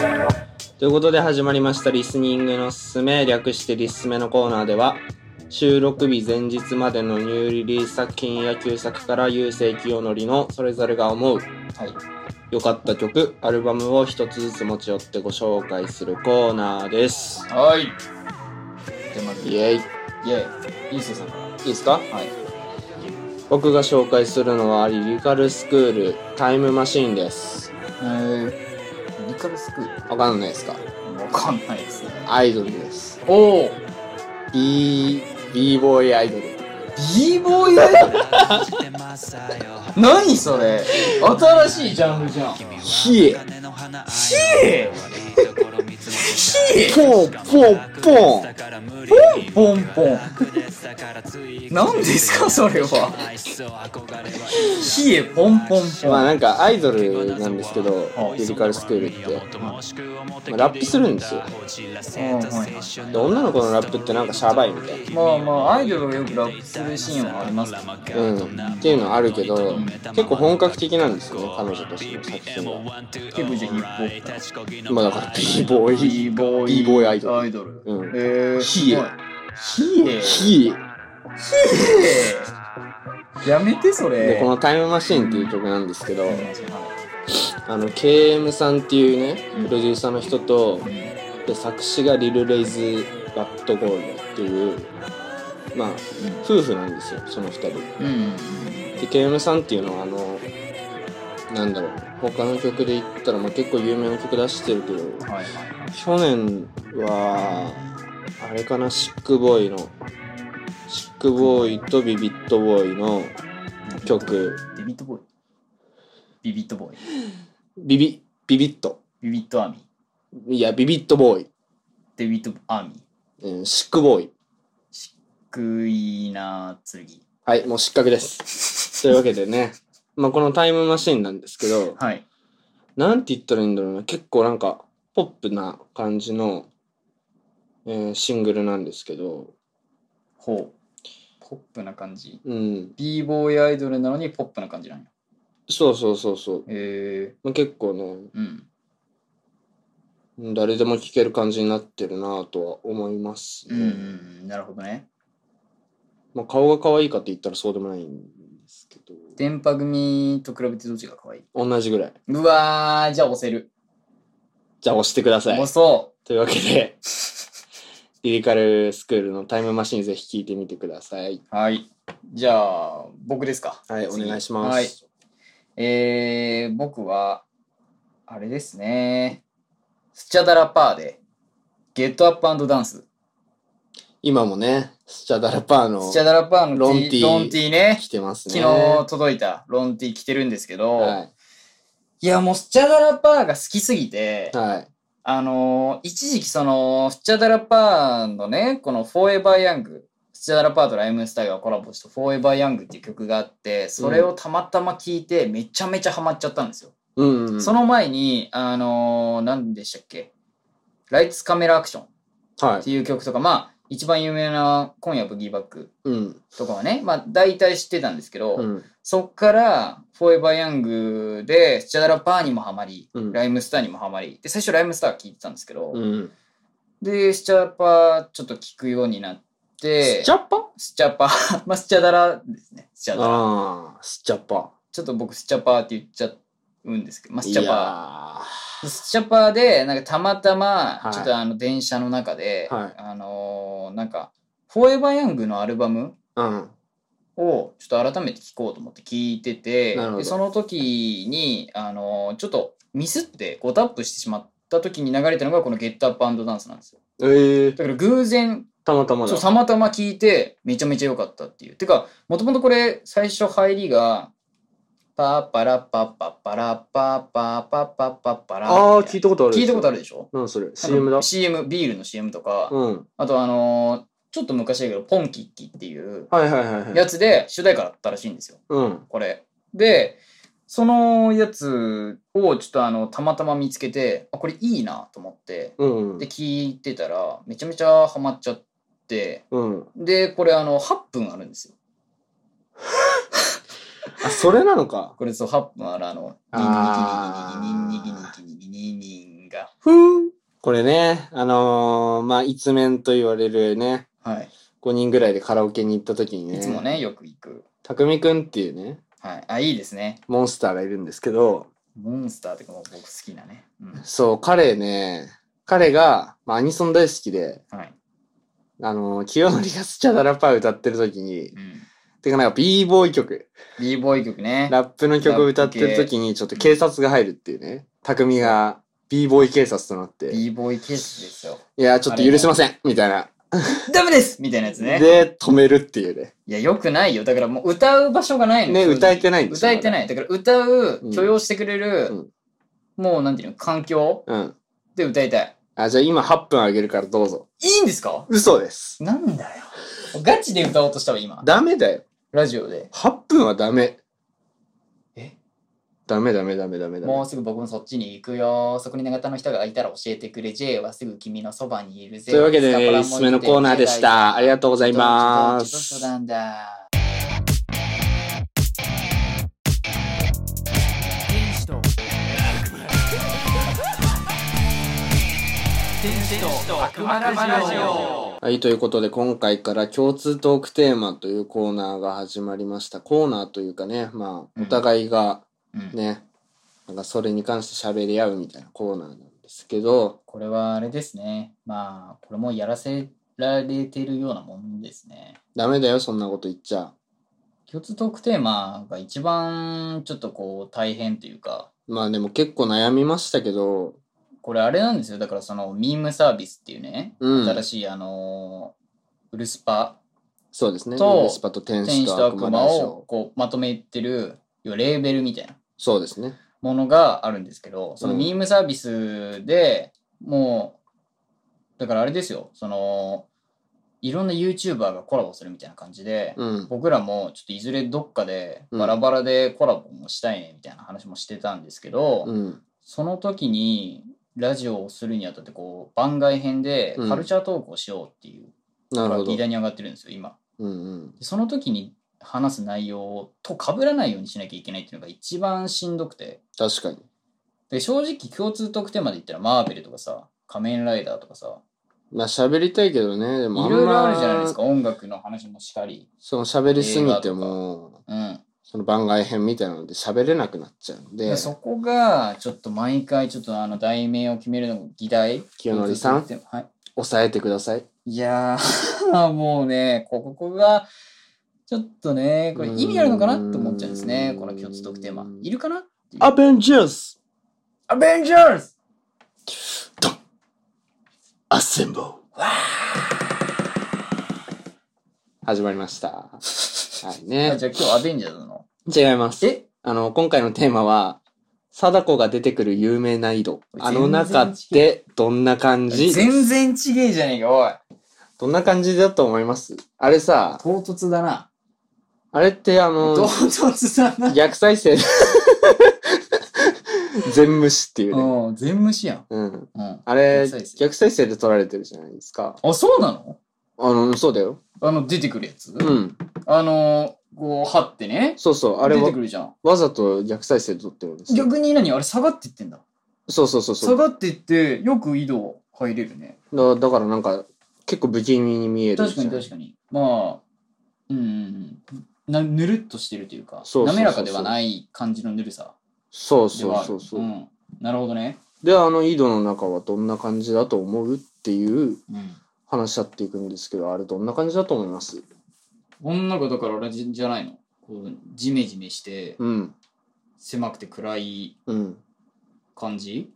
B: ということで始まりましたリスニングのすすめ略してリスメのコーナーでは収録日前日までのニューリリース作品や旧作から優勢清則のそれぞれが思う
A: はい。
B: 良かった曲アルバムを一つずつ持ち寄ってご紹介するコーナーです
A: はい。で、まず、
B: イ
A: イェ
B: エイい
A: イ。イースーさんから。
B: いですか
A: はい。
B: 僕が紹介するのはリリカルスクールタイムマシーンです
A: えー、ニカルスクー
B: わかんないですか
A: ルわかんないですね。
B: アイドルです
A: おお
B: B B ボーイアイドル
A: !B ボーイアイドル何それ新しいジャンルじゃん。
B: ヒエ
A: シー
B: ポンポンポン
A: ポンポン。何ですかそれは。ヒエポンポンポン。
B: まあなんかアイドルなんですけど
A: あ、
B: リリカルスクールって。
E: ま
B: まあ
E: あ
B: ラップするんですよ
A: うんはい
B: で、女の子のラップってなんかシャバいみたいな。
A: まあまあ、アイドルがよくラップするシーンはありますけど。
B: うん。っていうのはあるけど、結構本格的なんですよね、彼女としての作品は。
A: ヘブじゃヒップ
B: まあだから B ボーイ。
A: ボ
B: B ボーイアイドル。
A: アイドル。
B: うん。
A: えー、
B: ヒエ
A: すごいヒエ
B: ヒ
A: やめてそ
B: エで、
A: れ
B: このタイムマシーンっていう曲なんですけど、
A: う
B: あの、KM さんっていうね、プロデューサーの人と、
A: ん
B: で、作詞がリル・レイズ・バッド・ゴールドっていう、まあ、夫婦なんですよ、その二人。
A: うん
B: で KM さんっていうのはあのなんだろう他の曲で言ったら、まあ、結構有名な曲出してるけど
A: はいは
B: 去年はあれかなシックボーイのシックボーイとビビットボーイの
A: い
B: 曲
A: ビビットボーイビビットボーイ
B: ビビビビット
A: ビビットアーミー
B: いやビビットボーイ、
A: デビットアーミー
B: うん、シックボーイ
A: クイーナー剣
B: はいもう失格ですというわけでねまあこのタイムマシーンなんですけど
A: はい
B: なんて言ったらいいんだろうな結構なんかポップな感じの、えーシングルなんですけど
A: ほうポップな感じ
B: うん、
A: b ボーイアイドルなのにポップな感じなんや
B: そうそうそうそう。
A: え
B: まあ、結構ね、
A: ー、うん
B: うん誰でも聴ける感じになってるなぁとは思います、
A: うんうんなるほどね
B: まあ、顔が可愛いかって言ったらそうでもないんですけど、
A: 電波組と比べてどっちが可愛い
B: 同じぐらい。
A: うわーじゃあ押せる
B: じゃあ押してください
A: 押。そ
B: というわけで、 (laughs) リリカルスクールのタイムマシンぜひ聴いてみてください。
A: うはいじゃあ僕ですか
B: はい、お
A: 次
B: 願いします。
A: はいえー、僕は、あれですね。スチャダラパーで、ゲットアップアンドダンス。
B: 今もね、スチャダラパーの
A: スチャダラパーの
B: ロン
A: T-
B: ティー
A: ロンティーね。
B: 来てます
A: 昨
B: ね。
A: 日届いたロンティー着てるんですけど、、
B: はい
A: やもうスチャダラパーが好きすぎて
B: い。、はい。
A: あのー一時期その、スチャダラパーのね、このフォーエバーヤング、スチャダラパーとライムスターがコラボしたフォーエバーヤングっていう曲があって、それをたまたま聞いてめちゃめちゃハマっちゃったんですよ。
B: うん、うん。
A: その前に、あのー何でしたっけ、ライツカメラアクションっ
B: は
A: て
B: い。
A: いう曲とか、まあ、一番有名な今夜ブギーバック
B: うん。
A: とかはね、まあ、大体知ってたんですけど、
B: うん。
A: そっから、フォーエバーヤングで、スチャダラパーにもハマり、
B: うん
A: ライムスターにもハマり、で、最初ライムスター聞いてたんですけど、
B: うん。
A: で、スチャダラパーちょっと聞くようになって、
B: スチャッパ
A: スチャパー、 (laughs) まあ、スチャダラですね、スチャダラ。
B: ああ、スチャッパ。
A: ちょっと僕、スチャパーって言っちゃうんですけど、まあ、スチャパー。
B: ー。
A: スチャパーでなんかたまた
B: は
A: ま
B: い
A: ちょっとあの電車の中で、
B: はい
A: あのーなんか「フォーエバーヤング」のアルバム
B: うん。
A: をちょっと改めて聴こうと思って聴いてて
B: なるほど
A: でその時に、あのーちょっとミスって5タップしてしまった時に流れたのがこの「ゲットアップアンドダンス」なんですよ
B: ええ
A: だから偶然
B: たまたまだ。
A: そうたまたま聴いてめちゃめちゃ良かったっていうてかもともとこれ最初入りがパッパラッパッパッパラッパッパッパッパッパッパラ
B: ああ、
A: みた
B: 聞
A: い
B: いたことあ
A: な
B: る。
A: 聞いたことあ
B: る。
A: るでしょ
B: なんそれ ?CM だ
A: ?CM、ビールの CM とか、
B: うん。
A: あとあのーちょっと昔だけど、ポンキッキっていう
B: はいはいはいはい。
A: やつで主題歌だったらしいんですよ、
B: うん。
A: これ。で、そのやつをちょっとあの、たまたま見つけて、あ、これいいなと思って、
B: うん
A: で、。聞いてたら、めちゃめちゃハマっちゃって、
B: うん。
A: で、これあの、8分あるんですよ。
B: あ、それなのか。
A: これそう、8分あるあの、
B: あー
A: ニンニキニンニキニンニキニンニキニンニンが。
B: ふーん。これね、あのー、まあ、一面と言われるね、
A: はい。
B: 5人ぐらいでカラオケに行った時にね、
A: いつもね、よく行く。
B: たくみくんっていうね、
A: はい。あ、いいですね。
B: モンスターがいるんですけど、
A: モンスターってかもう僕好きなね。うん。
B: そう、彼ね、彼が、まあ、アニソン大好きで、
A: はい。
B: あのー、清盛がスチャダラパー歌ってる時に
A: う、ん。
B: てかなんか b ボーイ曲、
A: b ボーイ曲ね。
B: ラップの曲歌ってる時にちょっと警察が入るっていうね、たくみが b ボーイ警察となって、
A: b ボーイケースですよ。
B: いや、ちょっと許せませんみたいな。
A: ダメですみたいなやつね。
B: で、止めるっていうね。
A: いや、よくないよ。だからもう歌う場所がないの
B: ね、歌えてないんです。
A: 歌えてないい。だから歌う
B: うん、
A: 許容してくれる、もうなんていうの、環境
B: うん。
A: で歌いたい。
B: あ、じゃあ今8分あげるからどうぞ。
A: いいんですか
B: 嘘です。
A: なんだよ。ガチで歌おうとしたわ、今。
B: ダメだよ。
A: ラジオで。
B: 8分はダメ。
A: え
B: ダメダメダメダメダメ
A: も。うすぐ僕もそっちに行くよ。そこに長田の人がいたら教えてくれ。J はすぐ君のそばにいるぜ。
B: というわけで
A: スカパ
B: ね、
A: ラも
B: 5つ目のコーナーでした。ありがとうございま
A: どうし
B: す。
A: たんだ
C: 天使と悪魔天使と悪魔ラジオ
B: はい、ということで今回から共通トークテーマというコーナーが始まりました。コーナーというかね、まあ、
A: うん
B: お互いが
A: うん
B: ね、なんかそれに関して喋り合うみたいなコーナーなんですけど、
A: これはあれですね。まあ、これもやらせられてるようなもんですね。
B: ダメだよ、そんなこと言っちゃ。
A: 共通トークテーマが一番ちょっとこう大変というか、
B: まあでも結構悩みましたけど、
A: これあれなんですよ。だからそのミームサービスっていうね、
B: うん
A: 新しいあのーウルスパ、
B: そうですね。
A: と
B: ウルスパと天
A: 天
B: 使
A: 使
B: と
A: と
B: 悪
A: 悪
B: 魔
A: 魔
B: ラジ
A: を
B: オ。
A: こうまとめてる、要はレーベルみたいな
B: そうですね。
A: ものがあるんですけど、その
B: うん
A: ミームサービスでもう、だからあれですよ、その、いろんな YouTuber がコラボするみたいな感じで、
B: うん。
A: 僕らもちょっといずれどっかで
B: うん
A: バラバラでコラボもしたいねみたいな話もしてたんですけど、
B: うん。
A: その時にラジオをするにあたってこう番外編で
B: うん
A: カルチャートークをしようっていう
B: な
A: の
B: る
A: が
B: ほど
A: 議。題に上がってるんですよ今
B: うんうん。
A: でその時に話す内容と被らないようにしなきゃいけないっていうのが一番しんどくて
B: 確かに。
A: で正直共通特典まで言ったらマーベルとかさ仮面ライダーとかさ
B: まあ喋りたいけどね、で
A: い
B: もあんま
A: ろいろあるじゃないですか音楽の話もしかり
B: その喋りすぎても、
A: うん
B: その番外編みたいなので喋れなくなっちゃうんで
A: で、そこがちょっと毎回ちょっとあの題名を決めるのが議題
B: 清則さん
A: 共通点はい
B: 抑えてください。
A: いやー (laughs) もうねこここがちょっとねこれ意味あるのかなって思っちゃうんですね
B: うーん
A: この共通特テーマいるかなっていう
B: アベンジャーズ
A: アベンジャーズ
B: アッセンブル始まりました。はい
A: あ
B: ね
A: じ。ゃあ今日アベンジャーズなの
B: 違います。
A: え
B: あの、今回のテーマは、貞子が出てくる有名な井戸。
A: 全然
B: あの中ってどんな感じ
A: 全然ちげえじゃねえかおい
B: どんな感じだと思いますあれさ、
A: 唐突だな
B: あれってあの、
A: 唐突だな
B: 逆再
A: (laughs)
B: 生。全無視っていうね。
A: うん全無視やん
B: うん。
A: うん
B: あれ
A: 逆再、生
B: 逆再生で撮られてるじゃないですか。
A: あそうなの
B: あの、そうだよ。
A: あの出てくるやつ
B: うん。
A: あのこう貼ってね
B: そうそう。あれ
A: 出
B: は
A: てくるじゃん
B: わざと逆再生で撮ってるんですよ。
A: 逆に何あれ下がっていってんだ
B: そうそうそうそ
A: 下
B: う。
A: がっていってよく井戸入れるね
B: だだからなんか、結構不気味に見える。
A: 確かに確かにまあうんうんうんなぬるっとしてるというか
B: そうそうそうそう
A: 滑らかではない感じのぬるさ
B: そう
A: で
B: そ
A: はある
B: うそうそう。
A: ん、なるほどね、
B: で、あの井戸の中はどんな感じだと思うっていう話し合っていくんですけど、あれどんな感じだと思います
A: こんなことからあれじじゃないのこうジメジメして
B: うん。
A: 狭くて暗い
B: うん。っ
A: 感じ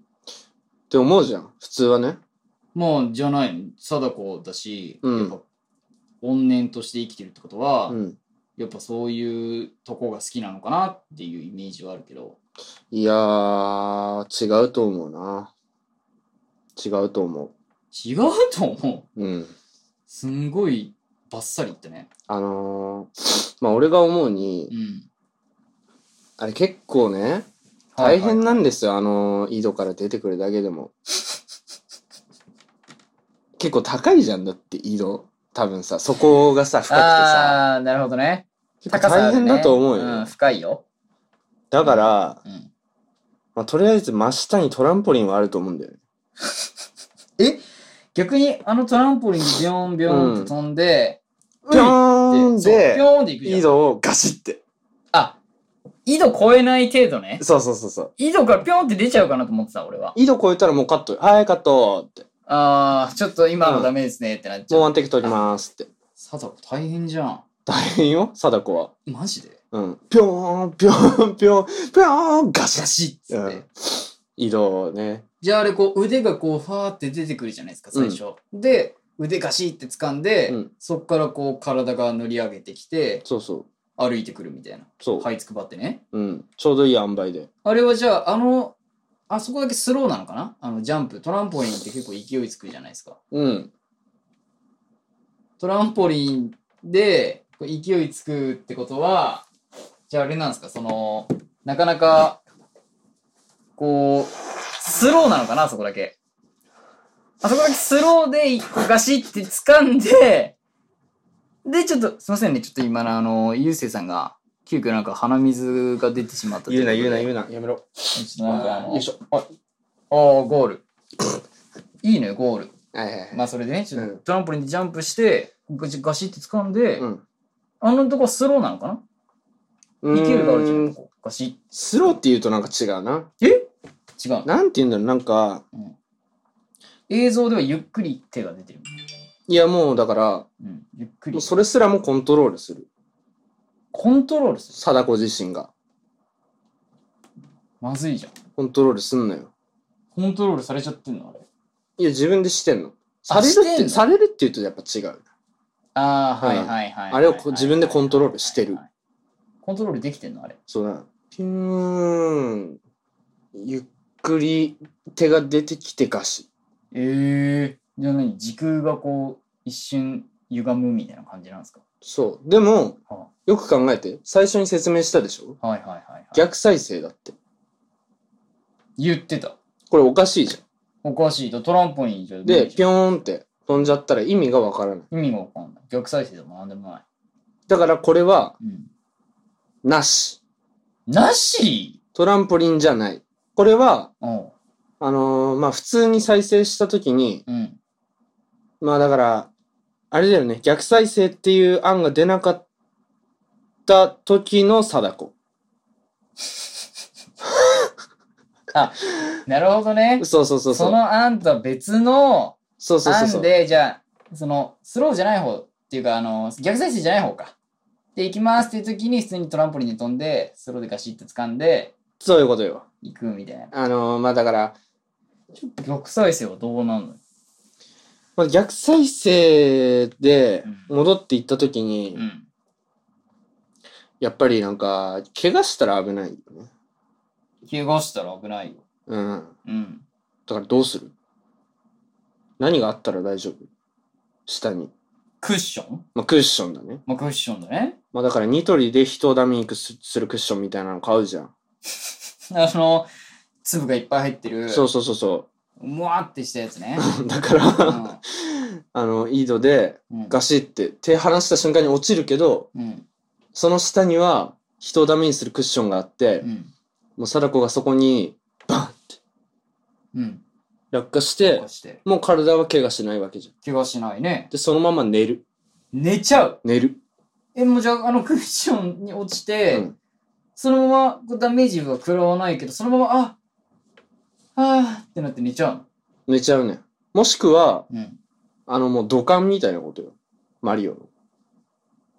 B: て思うじゃん。普通はね。
A: まあじゃないの貞子だし、
B: うん
A: やっぱ怨念として生きてるってことは、
B: うん。
A: やっぱそういうとこが好きなのかなっていうイメージはあるけど
B: いやー、違うと思うな。違うと思
A: 違うと思う
B: う。うん。
A: すんごいバッサリいったね
B: あのー、まあ俺が思う
A: う
B: に、
A: ん
B: あれ結構ね、大変なんですよ、あのー井戸から出てくるだけでも。 (laughs) 結構高いじゃんだって井戸。多分さ、そこがさ、深くてさ。
A: ああーなるほどね
B: 結構
A: 高さあ
B: 大
A: る
B: 変
A: ね
B: だと思うよ。
A: うん、深いよ、
B: だから、
A: うん、
B: まあ、とりあえず真下にトランポリンはあると思うんだよね。
A: 逆にあのトランポリンにビョンビョンって飛んで、う
B: ピョー
A: ん
B: ン
A: ってそうピョ
B: で、
A: ーンっていくじゃん
B: 井戸をガシって。
A: あ井戸超えない程度ね
B: そうそうそうそう。
A: 井戸からピョンって出ちゃうかなと思ってた俺は
B: 井戸越えたらもうカット。はい、カットって。
A: ああちょっと今のダメですねってなっち
B: もう
A: ゃ
B: ワ
A: う
B: ンテイク取りますって。
A: 貞子大変じゃん
B: 大変よ、貞子は。
A: マジで
B: うん。ぴょーん、ぴょーん、ぴょーん、ぴょーん、ガシ
A: ガ
B: ャシ。
A: シッつって、
B: うん井戸をね。
A: じゃああれこう腕がこうファーって出てくるじゃないですか最初、で腕ガシッって掴んで、
B: うん
A: そっからこう体が乗り上げてきて
B: そうそう。
A: 歩いてくるみたいな
B: そう。
A: 這いつくばってね
B: うん。ちょうどいい塩梅で。
A: あれはじゃああのあそこだけスローなのかなあのジャンプトランポリンって結構勢いつくじゃないですか
B: うん。
A: トランポリンでこう勢いつくってことはじゃああれなんですかそのなかなかこうスローなのかなあそこだけあそこだけスローでこうガシッて掴んででちょっとすいませんねちょっと今のあのゆうせいさんが急遽なんか鼻水が出てしまったとい
B: 言うな、
A: こと
B: 言う
A: で
B: な、言うな。やめろ。
A: ちょっとなんかあの
B: よいしょ。
A: あーゴールいいねゴール
B: はいはいはい。
A: まあそれでねちょっと
B: うん
A: トランポリンでジャンプしてガシガシって掴んで、
B: うん
A: あのとこスローなのかな
B: うーん
A: 勢いがあるじゃん。こうガシ
B: スローって言うとなんか違うな。
A: ッえ違うの
B: なんて言うんだろう、なんか、
A: 映像ではゆっくり手が出てる、
B: いやもうだから、
A: うん、ゆっく
B: も
A: り
B: うそれすらもコントロールする。
A: コントロールする
B: 貞子自身が。
A: まずいじゃん
B: コントロールすんのよ。
A: コントロールされちゃってんのあれ
B: いや、自分でしてんの。さ
A: あ
B: れるっ
A: してん
B: て、
A: の
B: されるって言うとやっぱ違う。
A: ああ
B: は
A: はいいはいはいはい
B: あれをこう自分でコントロールしてる
A: はいはいコントロールできてんのあれ
B: そうだな。ピューン。ゆっくり手が出てきてガシ。
A: ええじゃあ何時空がこう一瞬歪むみたいな感じなんですか
B: そう。でも、
A: は
B: よく考えて、最初に説明したでしょ
A: あはいはいはい、はい、
B: 逆再生だって。
A: 言ってた
B: これおかしいじゃ
A: おかしいとトランポリンじゃ
B: ん。で、ピ
A: ョ
B: ョーンって飛んじゃったら意味がわからない。
A: 意味がわかんない逆再生でもなんでもない、
B: だからこれは、
A: うん、
B: なし。
A: なし
B: トランポリンじゃない。これは、
A: うん
B: あのーまあ、普通に再生したときに、
A: うん
B: まあだから、あれだよね、逆再生っていう案が出なかった時の貞子。
A: なるほどね
B: そうそうそう
A: そ
B: そう。
A: の案とは別の
B: そうそうそうそ
A: 案
B: う。
A: でじゃあそのスローじゃない方っていうかあの逆再生じゃない方かで行きますっていう時に普通にトランポリンに飛んでスローでガシッと掴んで
B: そういうことよ。
A: 行くみたいな
B: あのーまあだから、
A: 逆再生はどうなんの
B: まあ、逆再生で戻っていった時に、
A: うん
B: やっぱりなんか、怪我したら危ないよね。
A: 怪我したら危ないよ
B: うん。
A: うん
B: だからどうする何があったら大丈夫下に。
A: クッション
B: まあ、クッションだね。
A: まあクッションだね
B: まあだからニトリで人をダメにくすするクッションみたいなの買うじゃん。
A: あの粒がいっぱい入ってる
B: そうそうそうそう。
A: もわってしたやつね。
B: (laughs) だから、 (laughs) あの、井戸で
A: うん
B: ガシって手離した瞬間に落ちるけど、
A: うん。
B: その下には人をダメにするクッションがあって、
A: うん。
B: もう貞子がそこにバンって
A: うん。
B: 落下し
A: 怪
B: て
A: 我、して。
B: もう体は怪我しないわけじゃん。
A: 怪我しないね。
B: で、そのまま寝る。
A: 寝ちゃう。
B: 寝る。
A: え、もうじゃあ、あのクッションに落ちて、
B: うん
A: そのままこうダメージは食らわないけど、そのまま、ああーってなって寝ちゃうの。
B: 寝ちゃうね。もしくは、
A: うん。は
B: あのもう土管みたいなことよ。マリオの。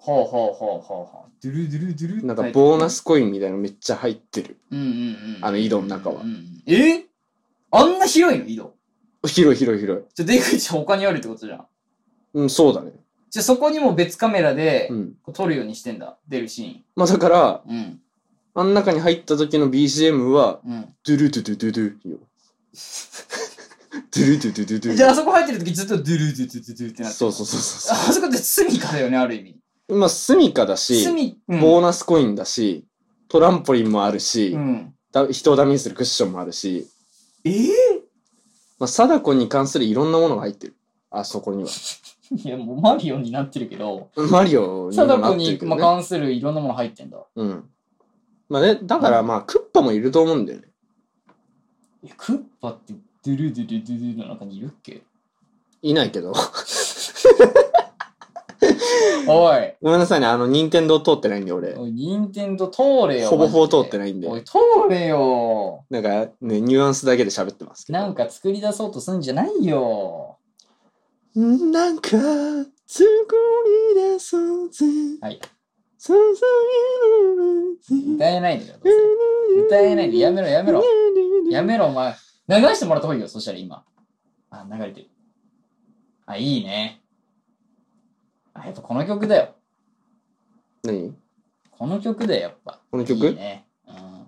A: あはあはあはあはあ。ドゥルドゥルドゥルって
B: なんかボーナ
A: ス。
B: スコインみたいなのめっちゃ入ってる。
A: うんうんうん。
B: あの井戸の中は
A: うんうんえあんな広いの井戸
B: 広い広い広い。
A: じゃあ出口他にあるってことじゃん。
B: うん、そうだね。
A: じゃあそこにも別カメラで
B: うん。
A: こう撮るようにしてんだ。出るシ
B: まあだから、
A: ーン。うん。
B: あん中に入った時の BGM は、
A: うん。
B: ドゥルドゥドゥドゥドゥよ。ドゥルドゥドゥドゥドゥ。
A: じゃああそこ入ってる時ずっとドゥルドゥドゥドゥドゥってなってる
B: そうそうそうそう
A: あそこってスミカだよね、ある意味。
B: そう。まあ、スミカだし、
A: スミ、うん、
B: ボーナスコインだし、トランポリンもあるし、
A: うん。
B: だ人をダメにするクッションもあるし、
A: ええ
B: まあ、貞子に関するいろんなものが入ってる。あそこには。
A: いや、もうマリオになってるけど、
B: マリオにも
A: 貞
B: な
A: 子
B: ってる
A: に、
B: け
A: ま
B: ど、
A: あ、
B: ね。
A: 関するいろんなもの入ってんだ。
B: うん。まあね、だからまあ、クッパもいると思うんだよね。
A: いやクッパってドゥルドゥルドゥルの中にいるっけ
B: いないけど。 (laughs)
A: おい
B: ごめんなさいね、あの、任天堂通ってないんで、俺。
A: おい、任天堂通れよ。
B: ほぼ
A: マ
B: ほぼ
A: ジで
B: 通ってないんで
A: おい、通れよ。
B: なんかね、ニュアンスだけで喋ってますけど。
A: なんか作り出そうとすんじゃないよ。
B: なんか、作り出そうぜ。
A: はい。
B: 注いだ
A: 歌えないでよ。どうせ歌えないで、やめろ、やめろ。やめろ、お前。流してもらった方がいいよ、そしたら今。あ、流れてる。あ、いいね。あ、やっぱこの曲だよ。
B: 何 (laughs)
A: この曲だよ、やっぱ。
B: この曲
A: いいね。うん。
B: あ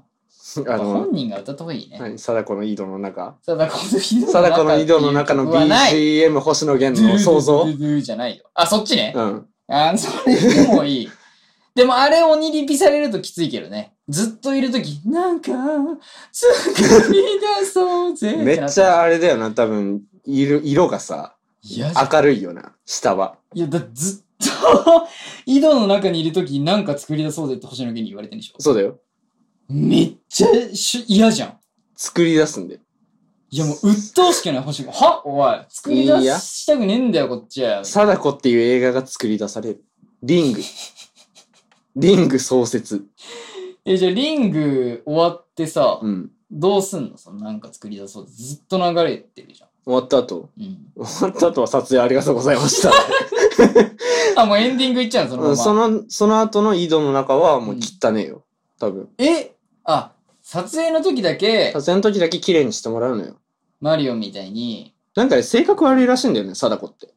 A: やっぱ
B: の
A: 本、人が歌った方がいいね。
B: 何貞子の井戸
A: (laughs)
B: の中。
A: 貞子の井戸の中
B: 貞子の井戸の中の
A: っていう曲はない
B: BGM 星野源の
A: (laughs)
B: 想
A: ドゥ
B: 像
A: ドゥドゥドゥじゃないよ。あ、そっちね。
B: うん。
A: あ、それでもいい。でもあれをにリピされるときついけどね。ずっといるとき、なんか、作り出そうぜ。
B: めっち
A: てな
B: ゃあれだよな、多分、色色がさ、
A: いや、
B: 明るいよな、下は。
A: いやだずっと、井戸の中にいるとき、なんか作り出そうぜって星野源に言われてんでしょ。
B: そうだよ。
A: めっちゃし嫌じゃん。
B: 作り出すんで。
A: いやもう、鬱陶しくない星野源。はおい、作り
B: いい
A: 出
B: や
A: したくねえんだよ、こっちは。
B: 貞子っていう映画が作り出される。リ
A: (laughs)
B: ング。リング創設。
A: え、じゃあ、リング終わってさ、
B: うん。
A: どうすんのそのなんか作り出そうってずっと流れてるじゃん。
B: 終わった後。
A: うん、
B: 終わった後は撮影ありがとうございま
A: (laughs)
B: した。
A: あ、もうエンディングいっちゃうのそのま
B: うん
A: ま。
B: その、その後の井戸の中はもう汚ねえよ。多分。
A: えあ、撮影の時だけ
B: 撮影の時だけ綺麗にしてもらうのよ。
A: マリオみたいに、
B: なんかね、性格悪いらしいんだよね、貞子って。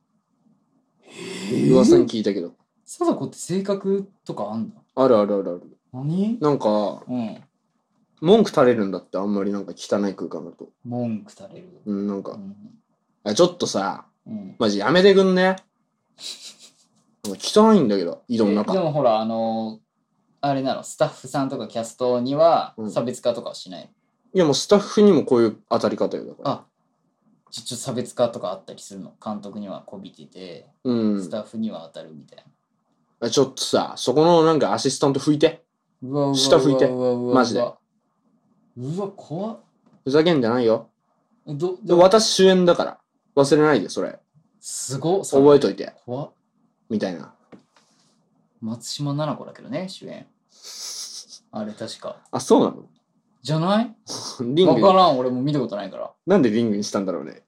B: 噂に聞いたけど。
A: 貞子って性格とかあんだ。
B: あるあるあるある。
A: 何
B: なんか、
A: うん。
B: 文句垂れるんだって、あんまりなんか汚い空間だと。
A: 文句垂れる。
B: うん、なん
A: う
B: か、
A: ん。
B: あちょっとさ、
A: うん。
B: マジやめてくんね。なんか汚いんだけど、井戸の
A: でで
B: 中。
A: もほら、あのーあれなの、スタッフさんとかキャストには
B: うん
A: 差別化とかはしない。
B: いやもうスタッフにもこういう当たり方よ、だから。
A: あ、ちょっと差別化とかあったりするの。監督にはこびてて、
B: う
A: ス
B: ん。
A: タッフには当たるみたいな。
B: あちょっとさ、そこのなんかアシスタント拭いて。
A: うわうわ
B: 下拭いて
A: うわうわうわ
B: マジで
A: うわ怖っ
B: ふざけんじゃないよ。
A: えど
B: で私主演だから。忘れないで、それ。
A: すごっそれ
B: 覚えといて。
A: 怖っ
B: みたいな。
A: 松島菜々子だけどね主演あれ確か
B: あ、そうなの
A: じゃない
B: リン
A: 分
B: グ
A: か
B: に。
A: らん俺も見たことないから
B: なんでリングにしたんだろうね。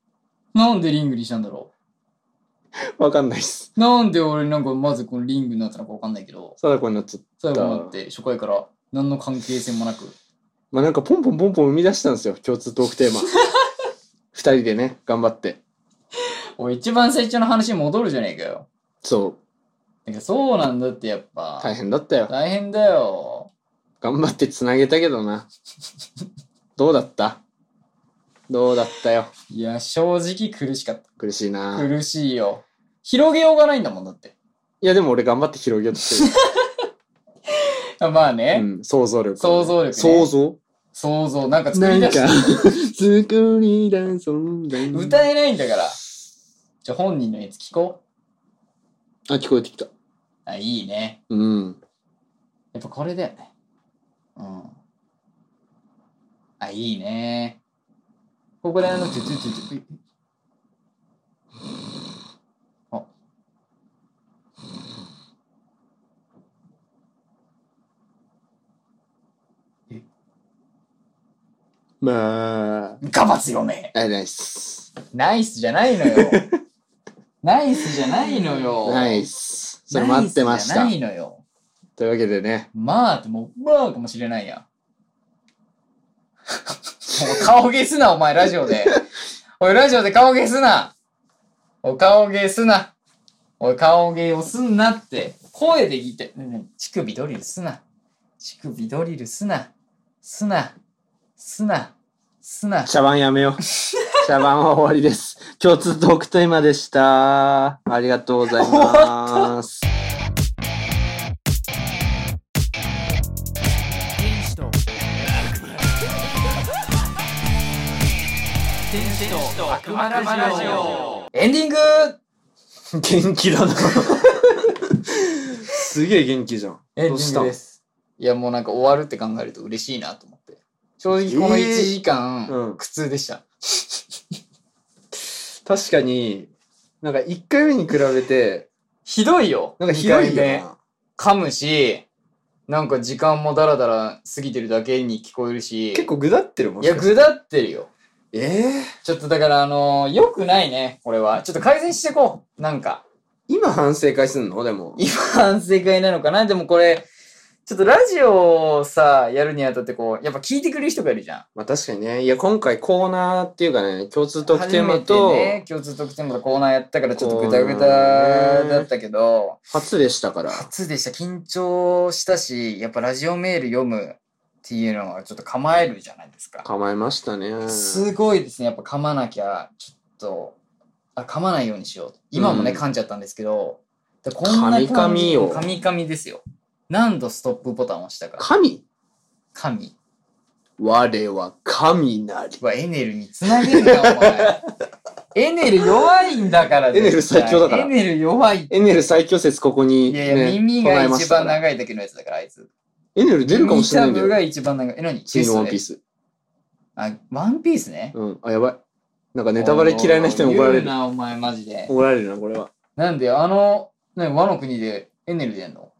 A: なんでリングにしたんだろ
B: わかんないっす。
A: うなんで俺なんかまずこのリングになったのか分かんないけど
B: 貞子になっちゃった。
A: 最後になって初回から何の関係性もなく
B: まあなんかポンポンポンポン生み出したんですよ。共通トーク
A: (laughs)
B: テーマ。二人でね、頑張って。
A: 俺一番最初の話に戻るじゃねえかよ
B: そう。
A: なんかそうなんだってやっぱ
B: 大変だったよ。
A: 大変だよ
B: 頑張ってつなげたけどな。どうだったどうだったよ。
A: いや正直苦しかった
B: 苦しいな。
A: 苦しいよ。広げようがないんだもんだって。
B: いやでも俺頑張って広げよう
A: (laughs)
B: として
A: あまあね、
B: る。うん、想像力、
A: 想像力ね
B: 想像
A: 想像、なんか作
B: な
A: り
B: ん
A: 出
B: か
A: して、
B: 作り出そうだよ
A: 歌えないんだから。じゃあ本人のやつ聞こう。
B: あ、聞こえてきた。
A: あ、いいね。
B: うん。
A: やっぱこれだよね。うん。あ、いいね。ここであの、ちょちょちょちょ。あ。
B: まあ、
A: ガバツよね。
B: あれナイス。
A: ナイスじゃないの
B: (laughs)
A: よ。ナイスじゃないのよ。
B: ナイス。それ待ってました
A: ナイス。じゃないのよ。
B: というわけでね、
A: まあってもう、まあかもしれないやん。も (laughs) う顔芸すな、お前、ラジオで。おい、ラジオで顔芸すな。お顔芸すな。おい、顔芸をすんなって。声で言いたい。ねえねえ乳首ドリルすな。乳首ドリルすな。すな。すな。すな。
B: 茶番やめよ (laughs) う。茶番は終わりです。共通トークテーマでした。ありがとうございます。
C: 天使と天使と悪魔ラジオ
A: エンディング
B: 元気だな。すげえ元気じゃん。
A: エンデ
B: どう
A: ィ
B: し
A: ン
B: た
A: グです。いや、もうなんか終わるって考えると嬉しいなと思って。正直この
B: えー
A: 1時間、
B: うん
A: 苦痛でした。
B: 確かに、なんか1回目に比べて、
A: ひどいよ。
B: なんかひどい
A: 二
B: よ
A: 回目
B: な。
A: 噛むし、なんか時間もダラダラ過ぎてるだけに聞こえるし。
B: 結構ぐだってるもん
A: いや、ぐだってるよ。
B: ええ
A: ちょっとだから、あのー、良くないね、これは。ちょっと改善していこう。なんか。
B: 今反省会すんのでも。
A: 今、反省会なのかなでもこれ、ちょっとラジオをさ、やるにあたってこう、やっぱ聞いてくれる人がいるじゃん。
B: まあ確かにね。いや、今回コーナーっていうかね、共通特典マと
A: 初めてね、共通特典とコーナーやったからちょっとグダグダだったけど、
B: 初でしたから。
A: 初でした。緊張したし、やっぱラジオメール読むっていうのはちょっと構えるじゃないですか。
B: 構えましたね。
A: すごいですね。やっぱ噛まなきゃ、ちょっと、あ、噛まないようにしよう。今もね、
B: うん
A: 噛んじゃったんですけど、でこ
B: 噛み噛みよ
A: 噛み噛みですよ。何度ストップボタンを押したか。
B: 神
A: 噛み。
B: 我は神なり。
A: うわ、エネルにつなげんな、お
B: (laughs)
A: 前。エネル弱いんだから
B: エネル最強だから
A: エネル弱い。
B: エネル最強説ここに、
A: い
B: ね。
A: やいや、耳
B: 唱
A: が
B: えまし
A: 一
B: たか
A: 番
B: ら
A: 長いだけのやつだから、あいつ。
B: エネル出るかもしれないん
A: 耳
B: だ
A: タブが
B: よ。
A: 一番長い。え、何
B: 次のワンピー
A: ス。
B: ス。
A: あ、ワンピースね。
B: うん。あ、やばい。なんかネタバレ嫌いな人に怒られ
A: 言う
B: る。
A: な、お前、マジで。
B: 怒られるな、これは。
A: なんで、あの、ね、和の国でエネル出んの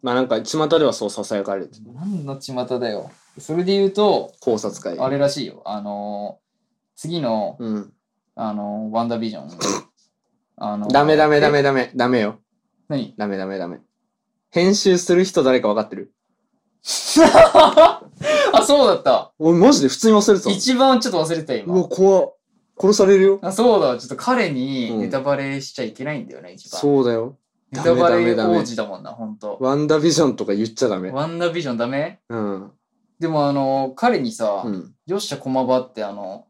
B: まあなんか、巷ではそう囁かれてる。
A: 何の巷だよ。それで言うと、
B: 考察会。
A: あれらしいよ。あのー、次の、
B: うん。
A: あのー、ワンダービジョン。あのー
B: ダメダメダ。メダメ。ダメよ。
A: 何
B: ダメダメダメ。編集する人誰か分かってる
A: あ、そうだった。
B: おい、マジで普通に忘れてたの
A: 一番ちょっと忘れてたよ、
B: う
A: 今
B: わ、。怖っ殺されるよ。
A: あそうだ、ちょっと彼に
B: うん
A: ネタバレしちゃいけないんだよね、一番。
B: そうだよ。
A: ネタバレ
B: ダメダメダメ
A: 王子だもんな、ほんと。
B: ワンダービジョンとか言っちゃダメ。
A: ワンダービジョンダメ
B: うん。
A: でもあのー、彼にさ、
B: うん。
A: よっしゃ駒場ってあの、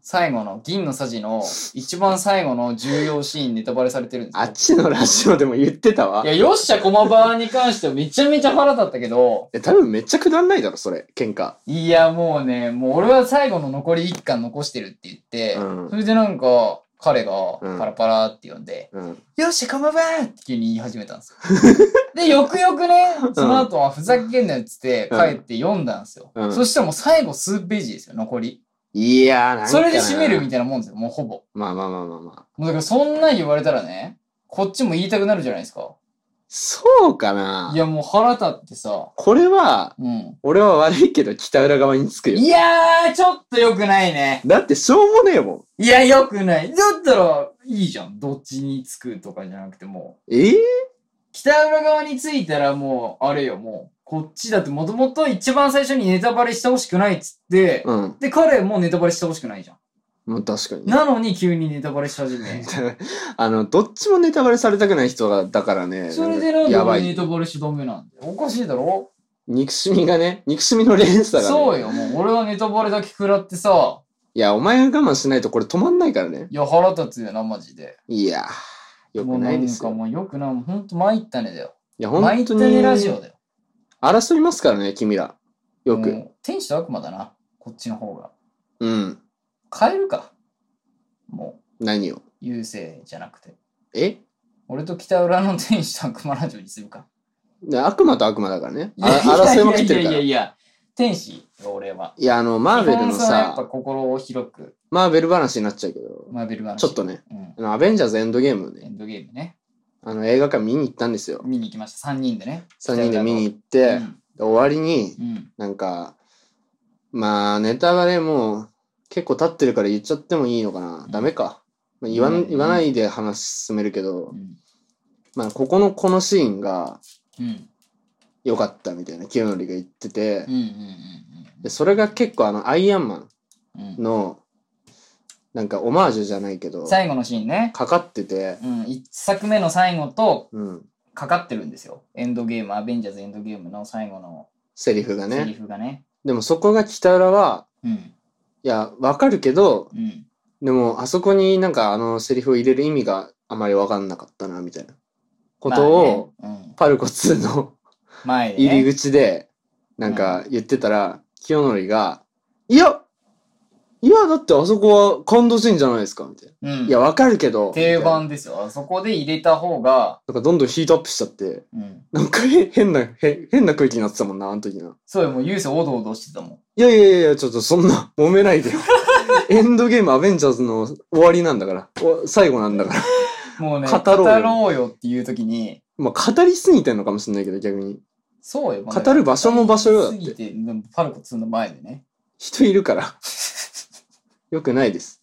A: 最後の銀のさじの一番最後の重要シーンネタバレされてるんです
B: あ
A: よ
B: っちのラジオでも言ってたわ
A: い。や、よっしゃ、駒場に関してはめちゃめちゃ腹立ったけど、
B: え、多分めっちゃくだんないだろ、それ。喧嘩。
A: いや、もうね、もう俺は最後の残り1巻残してるって言って、
B: うん
A: それでなんか、彼が
B: うん
A: パラパラって呼んで、
B: うん。
A: よっしゃ、駒場って急に言い始めたんです
B: (laughs)
A: よ。で、よくよくね、その後はふざけんなよっつって
B: うん
A: 帰って読んだんですよ。
B: うん
A: そしたらもう最後数ページですよ、残り。
B: いやー、なんかな
A: それで締めるみたいなもんですよ、もうほぼ。
B: まあまあまあまあまあ。
A: もうだからそんなん言われたらね、こっちも言いたくなるじゃないですか。
B: そうかない
A: や、もう腹立ってさ、
B: これは、
A: うん。
B: 俺は悪いけど北浦側につくよ
A: い。やー、ちょっと良くないね。
B: だってしょうもねえもん。
A: いや、よくない。だったら、いいじゃん。どっちにつくとかじゃなくて、もう。
B: ええ
A: 北浦側についたら、もう、あれよ、もう。こっちだって、もともと一番最初にネタバレしてほしくないっつって、
B: うん。
A: で、彼もネタバレしてほしくないじゃん。
B: もう確かに。
A: なのに、急にネタバレし始
B: (laughs)
A: め。
B: あの、どっちもネタバレされたくない人が、だからね。
A: それでなんで
B: やば
A: 俺ネ
B: い。
A: タバレしダメなんだよ。おかしいだろ
B: 憎しみがね、憎しみの連鎖が、ね。
A: そうよ、もう。俺はネタバレだけ食らってさ、
B: いや、お前が我慢しないとこれ止まんないからね。
A: いや、腹立つよな、マジで。
B: いやー、よくないです
A: も
B: よ。
A: うなんかもうよくない。ほんと参ったねだよ。
B: いや、
A: 参
B: 本
A: っ
B: 当
A: た
B: に。
A: ねラジオだよ。
B: 争いますからね、君ら。よく。
A: もう天使と悪魔だな。こっちの方が。
B: うん。
A: 変えるか。も
B: 何を。
A: う、優勢じゃなくて。
B: え
A: 俺と北浦の天使と悪魔ラジオにするか。
B: ね悪魔と悪魔だからね。あ
A: やや
B: 争いまくってるか
A: いやいや
B: ら。
A: いや、天使よ、俺は。
B: いや、あの、マーベルの
A: 基本そやっぱ
B: さ、
A: 心を広く、
B: マーベル話になっちゃうけど、
A: マーベル話。
B: ちょっとね、
A: うん。
B: あの、アベンジャーズエンドゲーム
A: エ
B: ね、
A: ンドゲームね。
B: あの、映画館見に行ったんですよ。
A: 見に行きました。3人でね。
B: 3人で見に
A: 行っ
B: 行って、で終わりに
A: う、ん。
B: なんか、まあ、ネタバレもう結構経ってるから言っちゃってもいいのかな。ダメか。まあ、言わ
A: うんん
B: 言わないで話進めるけど
A: う、ん。
B: まあ、ここのこのシーンが
A: うん。
B: 良かったみたいな、清則が言ってて
A: うん。うん。うん。うん。
B: で、それが結構あの、アイアンマン
A: うん。
B: の、なんかオマージュじゃないけど、
A: 最後のシーンね。
B: かかってて、
A: うん、1作目の最後と
B: うん、
A: かかってるんですよ。エンドゲーム、アベンジャーズエンドゲームの最後の
B: セリフが
A: セリ
B: ね。
A: フがね。
B: でもそこが北浦は、いや、わかるけど、
A: うん。うん。
B: でもあそこになんかあのセリフを入れる意味があまりわかんなかったな、みたいなことを、
A: まあねうん、
B: パルコ2の
A: 前で、ね。
B: 入り口で、なんか言ってたら、清則が、いや、いや、だってあそこは感動シーンじゃないですか、みたいな。
A: うん、
B: いや、わかるけど、
A: 定
B: みたいな
A: 番ですよ。あそこで入れた方が、
B: なんかどんどんヒートアップしちゃって、
A: うん、
B: なんかへ変な、へ変な空気になってたもんな、あの時な。
A: そうよ、もうユースおどおどしてたもん。
B: いやいやいや、ちょっとそんな、揉めない
A: (laughs)
B: でよ。エンドゲーム、アベンジャーズの終わりなんだから、お最後なんだから。
A: もうね、
B: 語ろうよ
A: ろうよっていう時に、
B: まあ、語りすぎてんのかもしれないけど、逆に。
A: そうよ、まあ
B: 語る場所も場所よだっ
A: 過
B: て
A: ぎて、でもパルコ2の前でね。
B: 人いるから。 (laughs) よくないです。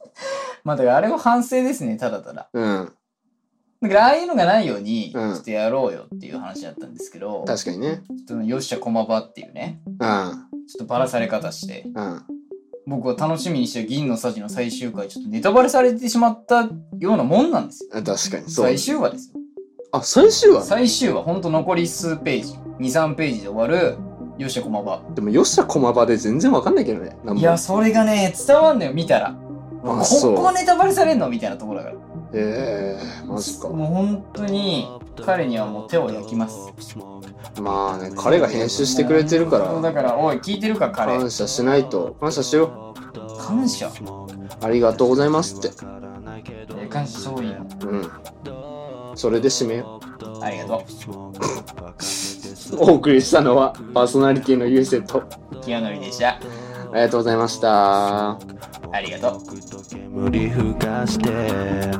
A: まあだからあれは反省ですね、ただただ。
B: うん。
A: だからああいうのがないように、ち
B: うん
A: ょっとやろうよっていう話だったんですけど、
B: 確かにね。
A: そのよっしゃ駒場っていうね、
B: うん。
A: ちょっとバラされ方して、
B: うん。
A: 僕は楽しみにしてる銀のサジの最終回、ちょっとネタバレされてしまったようなもんなんですよ。
B: 確かに。そう
A: 最。終話ですよ。
B: あ、最終話
A: 最終話、ほんと残り数ページ、2、3ページで終わる、よっしゃ駒場。
B: でも、よっしゃ、駒場で全然わかんないけどね。なんも
A: いや、それがね、伝わんのよ、見たら。こ
B: あ、そう。
A: こネタバレされんのみたいなところだから。
B: ええマジか。
A: もう本当に、彼にはもう手を焼きます。
B: まあね、彼が編集してくれてるか
A: そう
B: ら、
A: だから、おい、聞いてるか、彼。
B: 感謝しないと。感謝しよ
A: 感謝。
B: う。ありがとうございますって。
A: え感謝そういう
B: うん。それで締めよ
A: ありがと
B: う。お送りしたのは、パーソナリティのゆうせいと、
A: う。清則でした。
B: ありがとうございました。
A: ありがとう。
E: 煙ふかして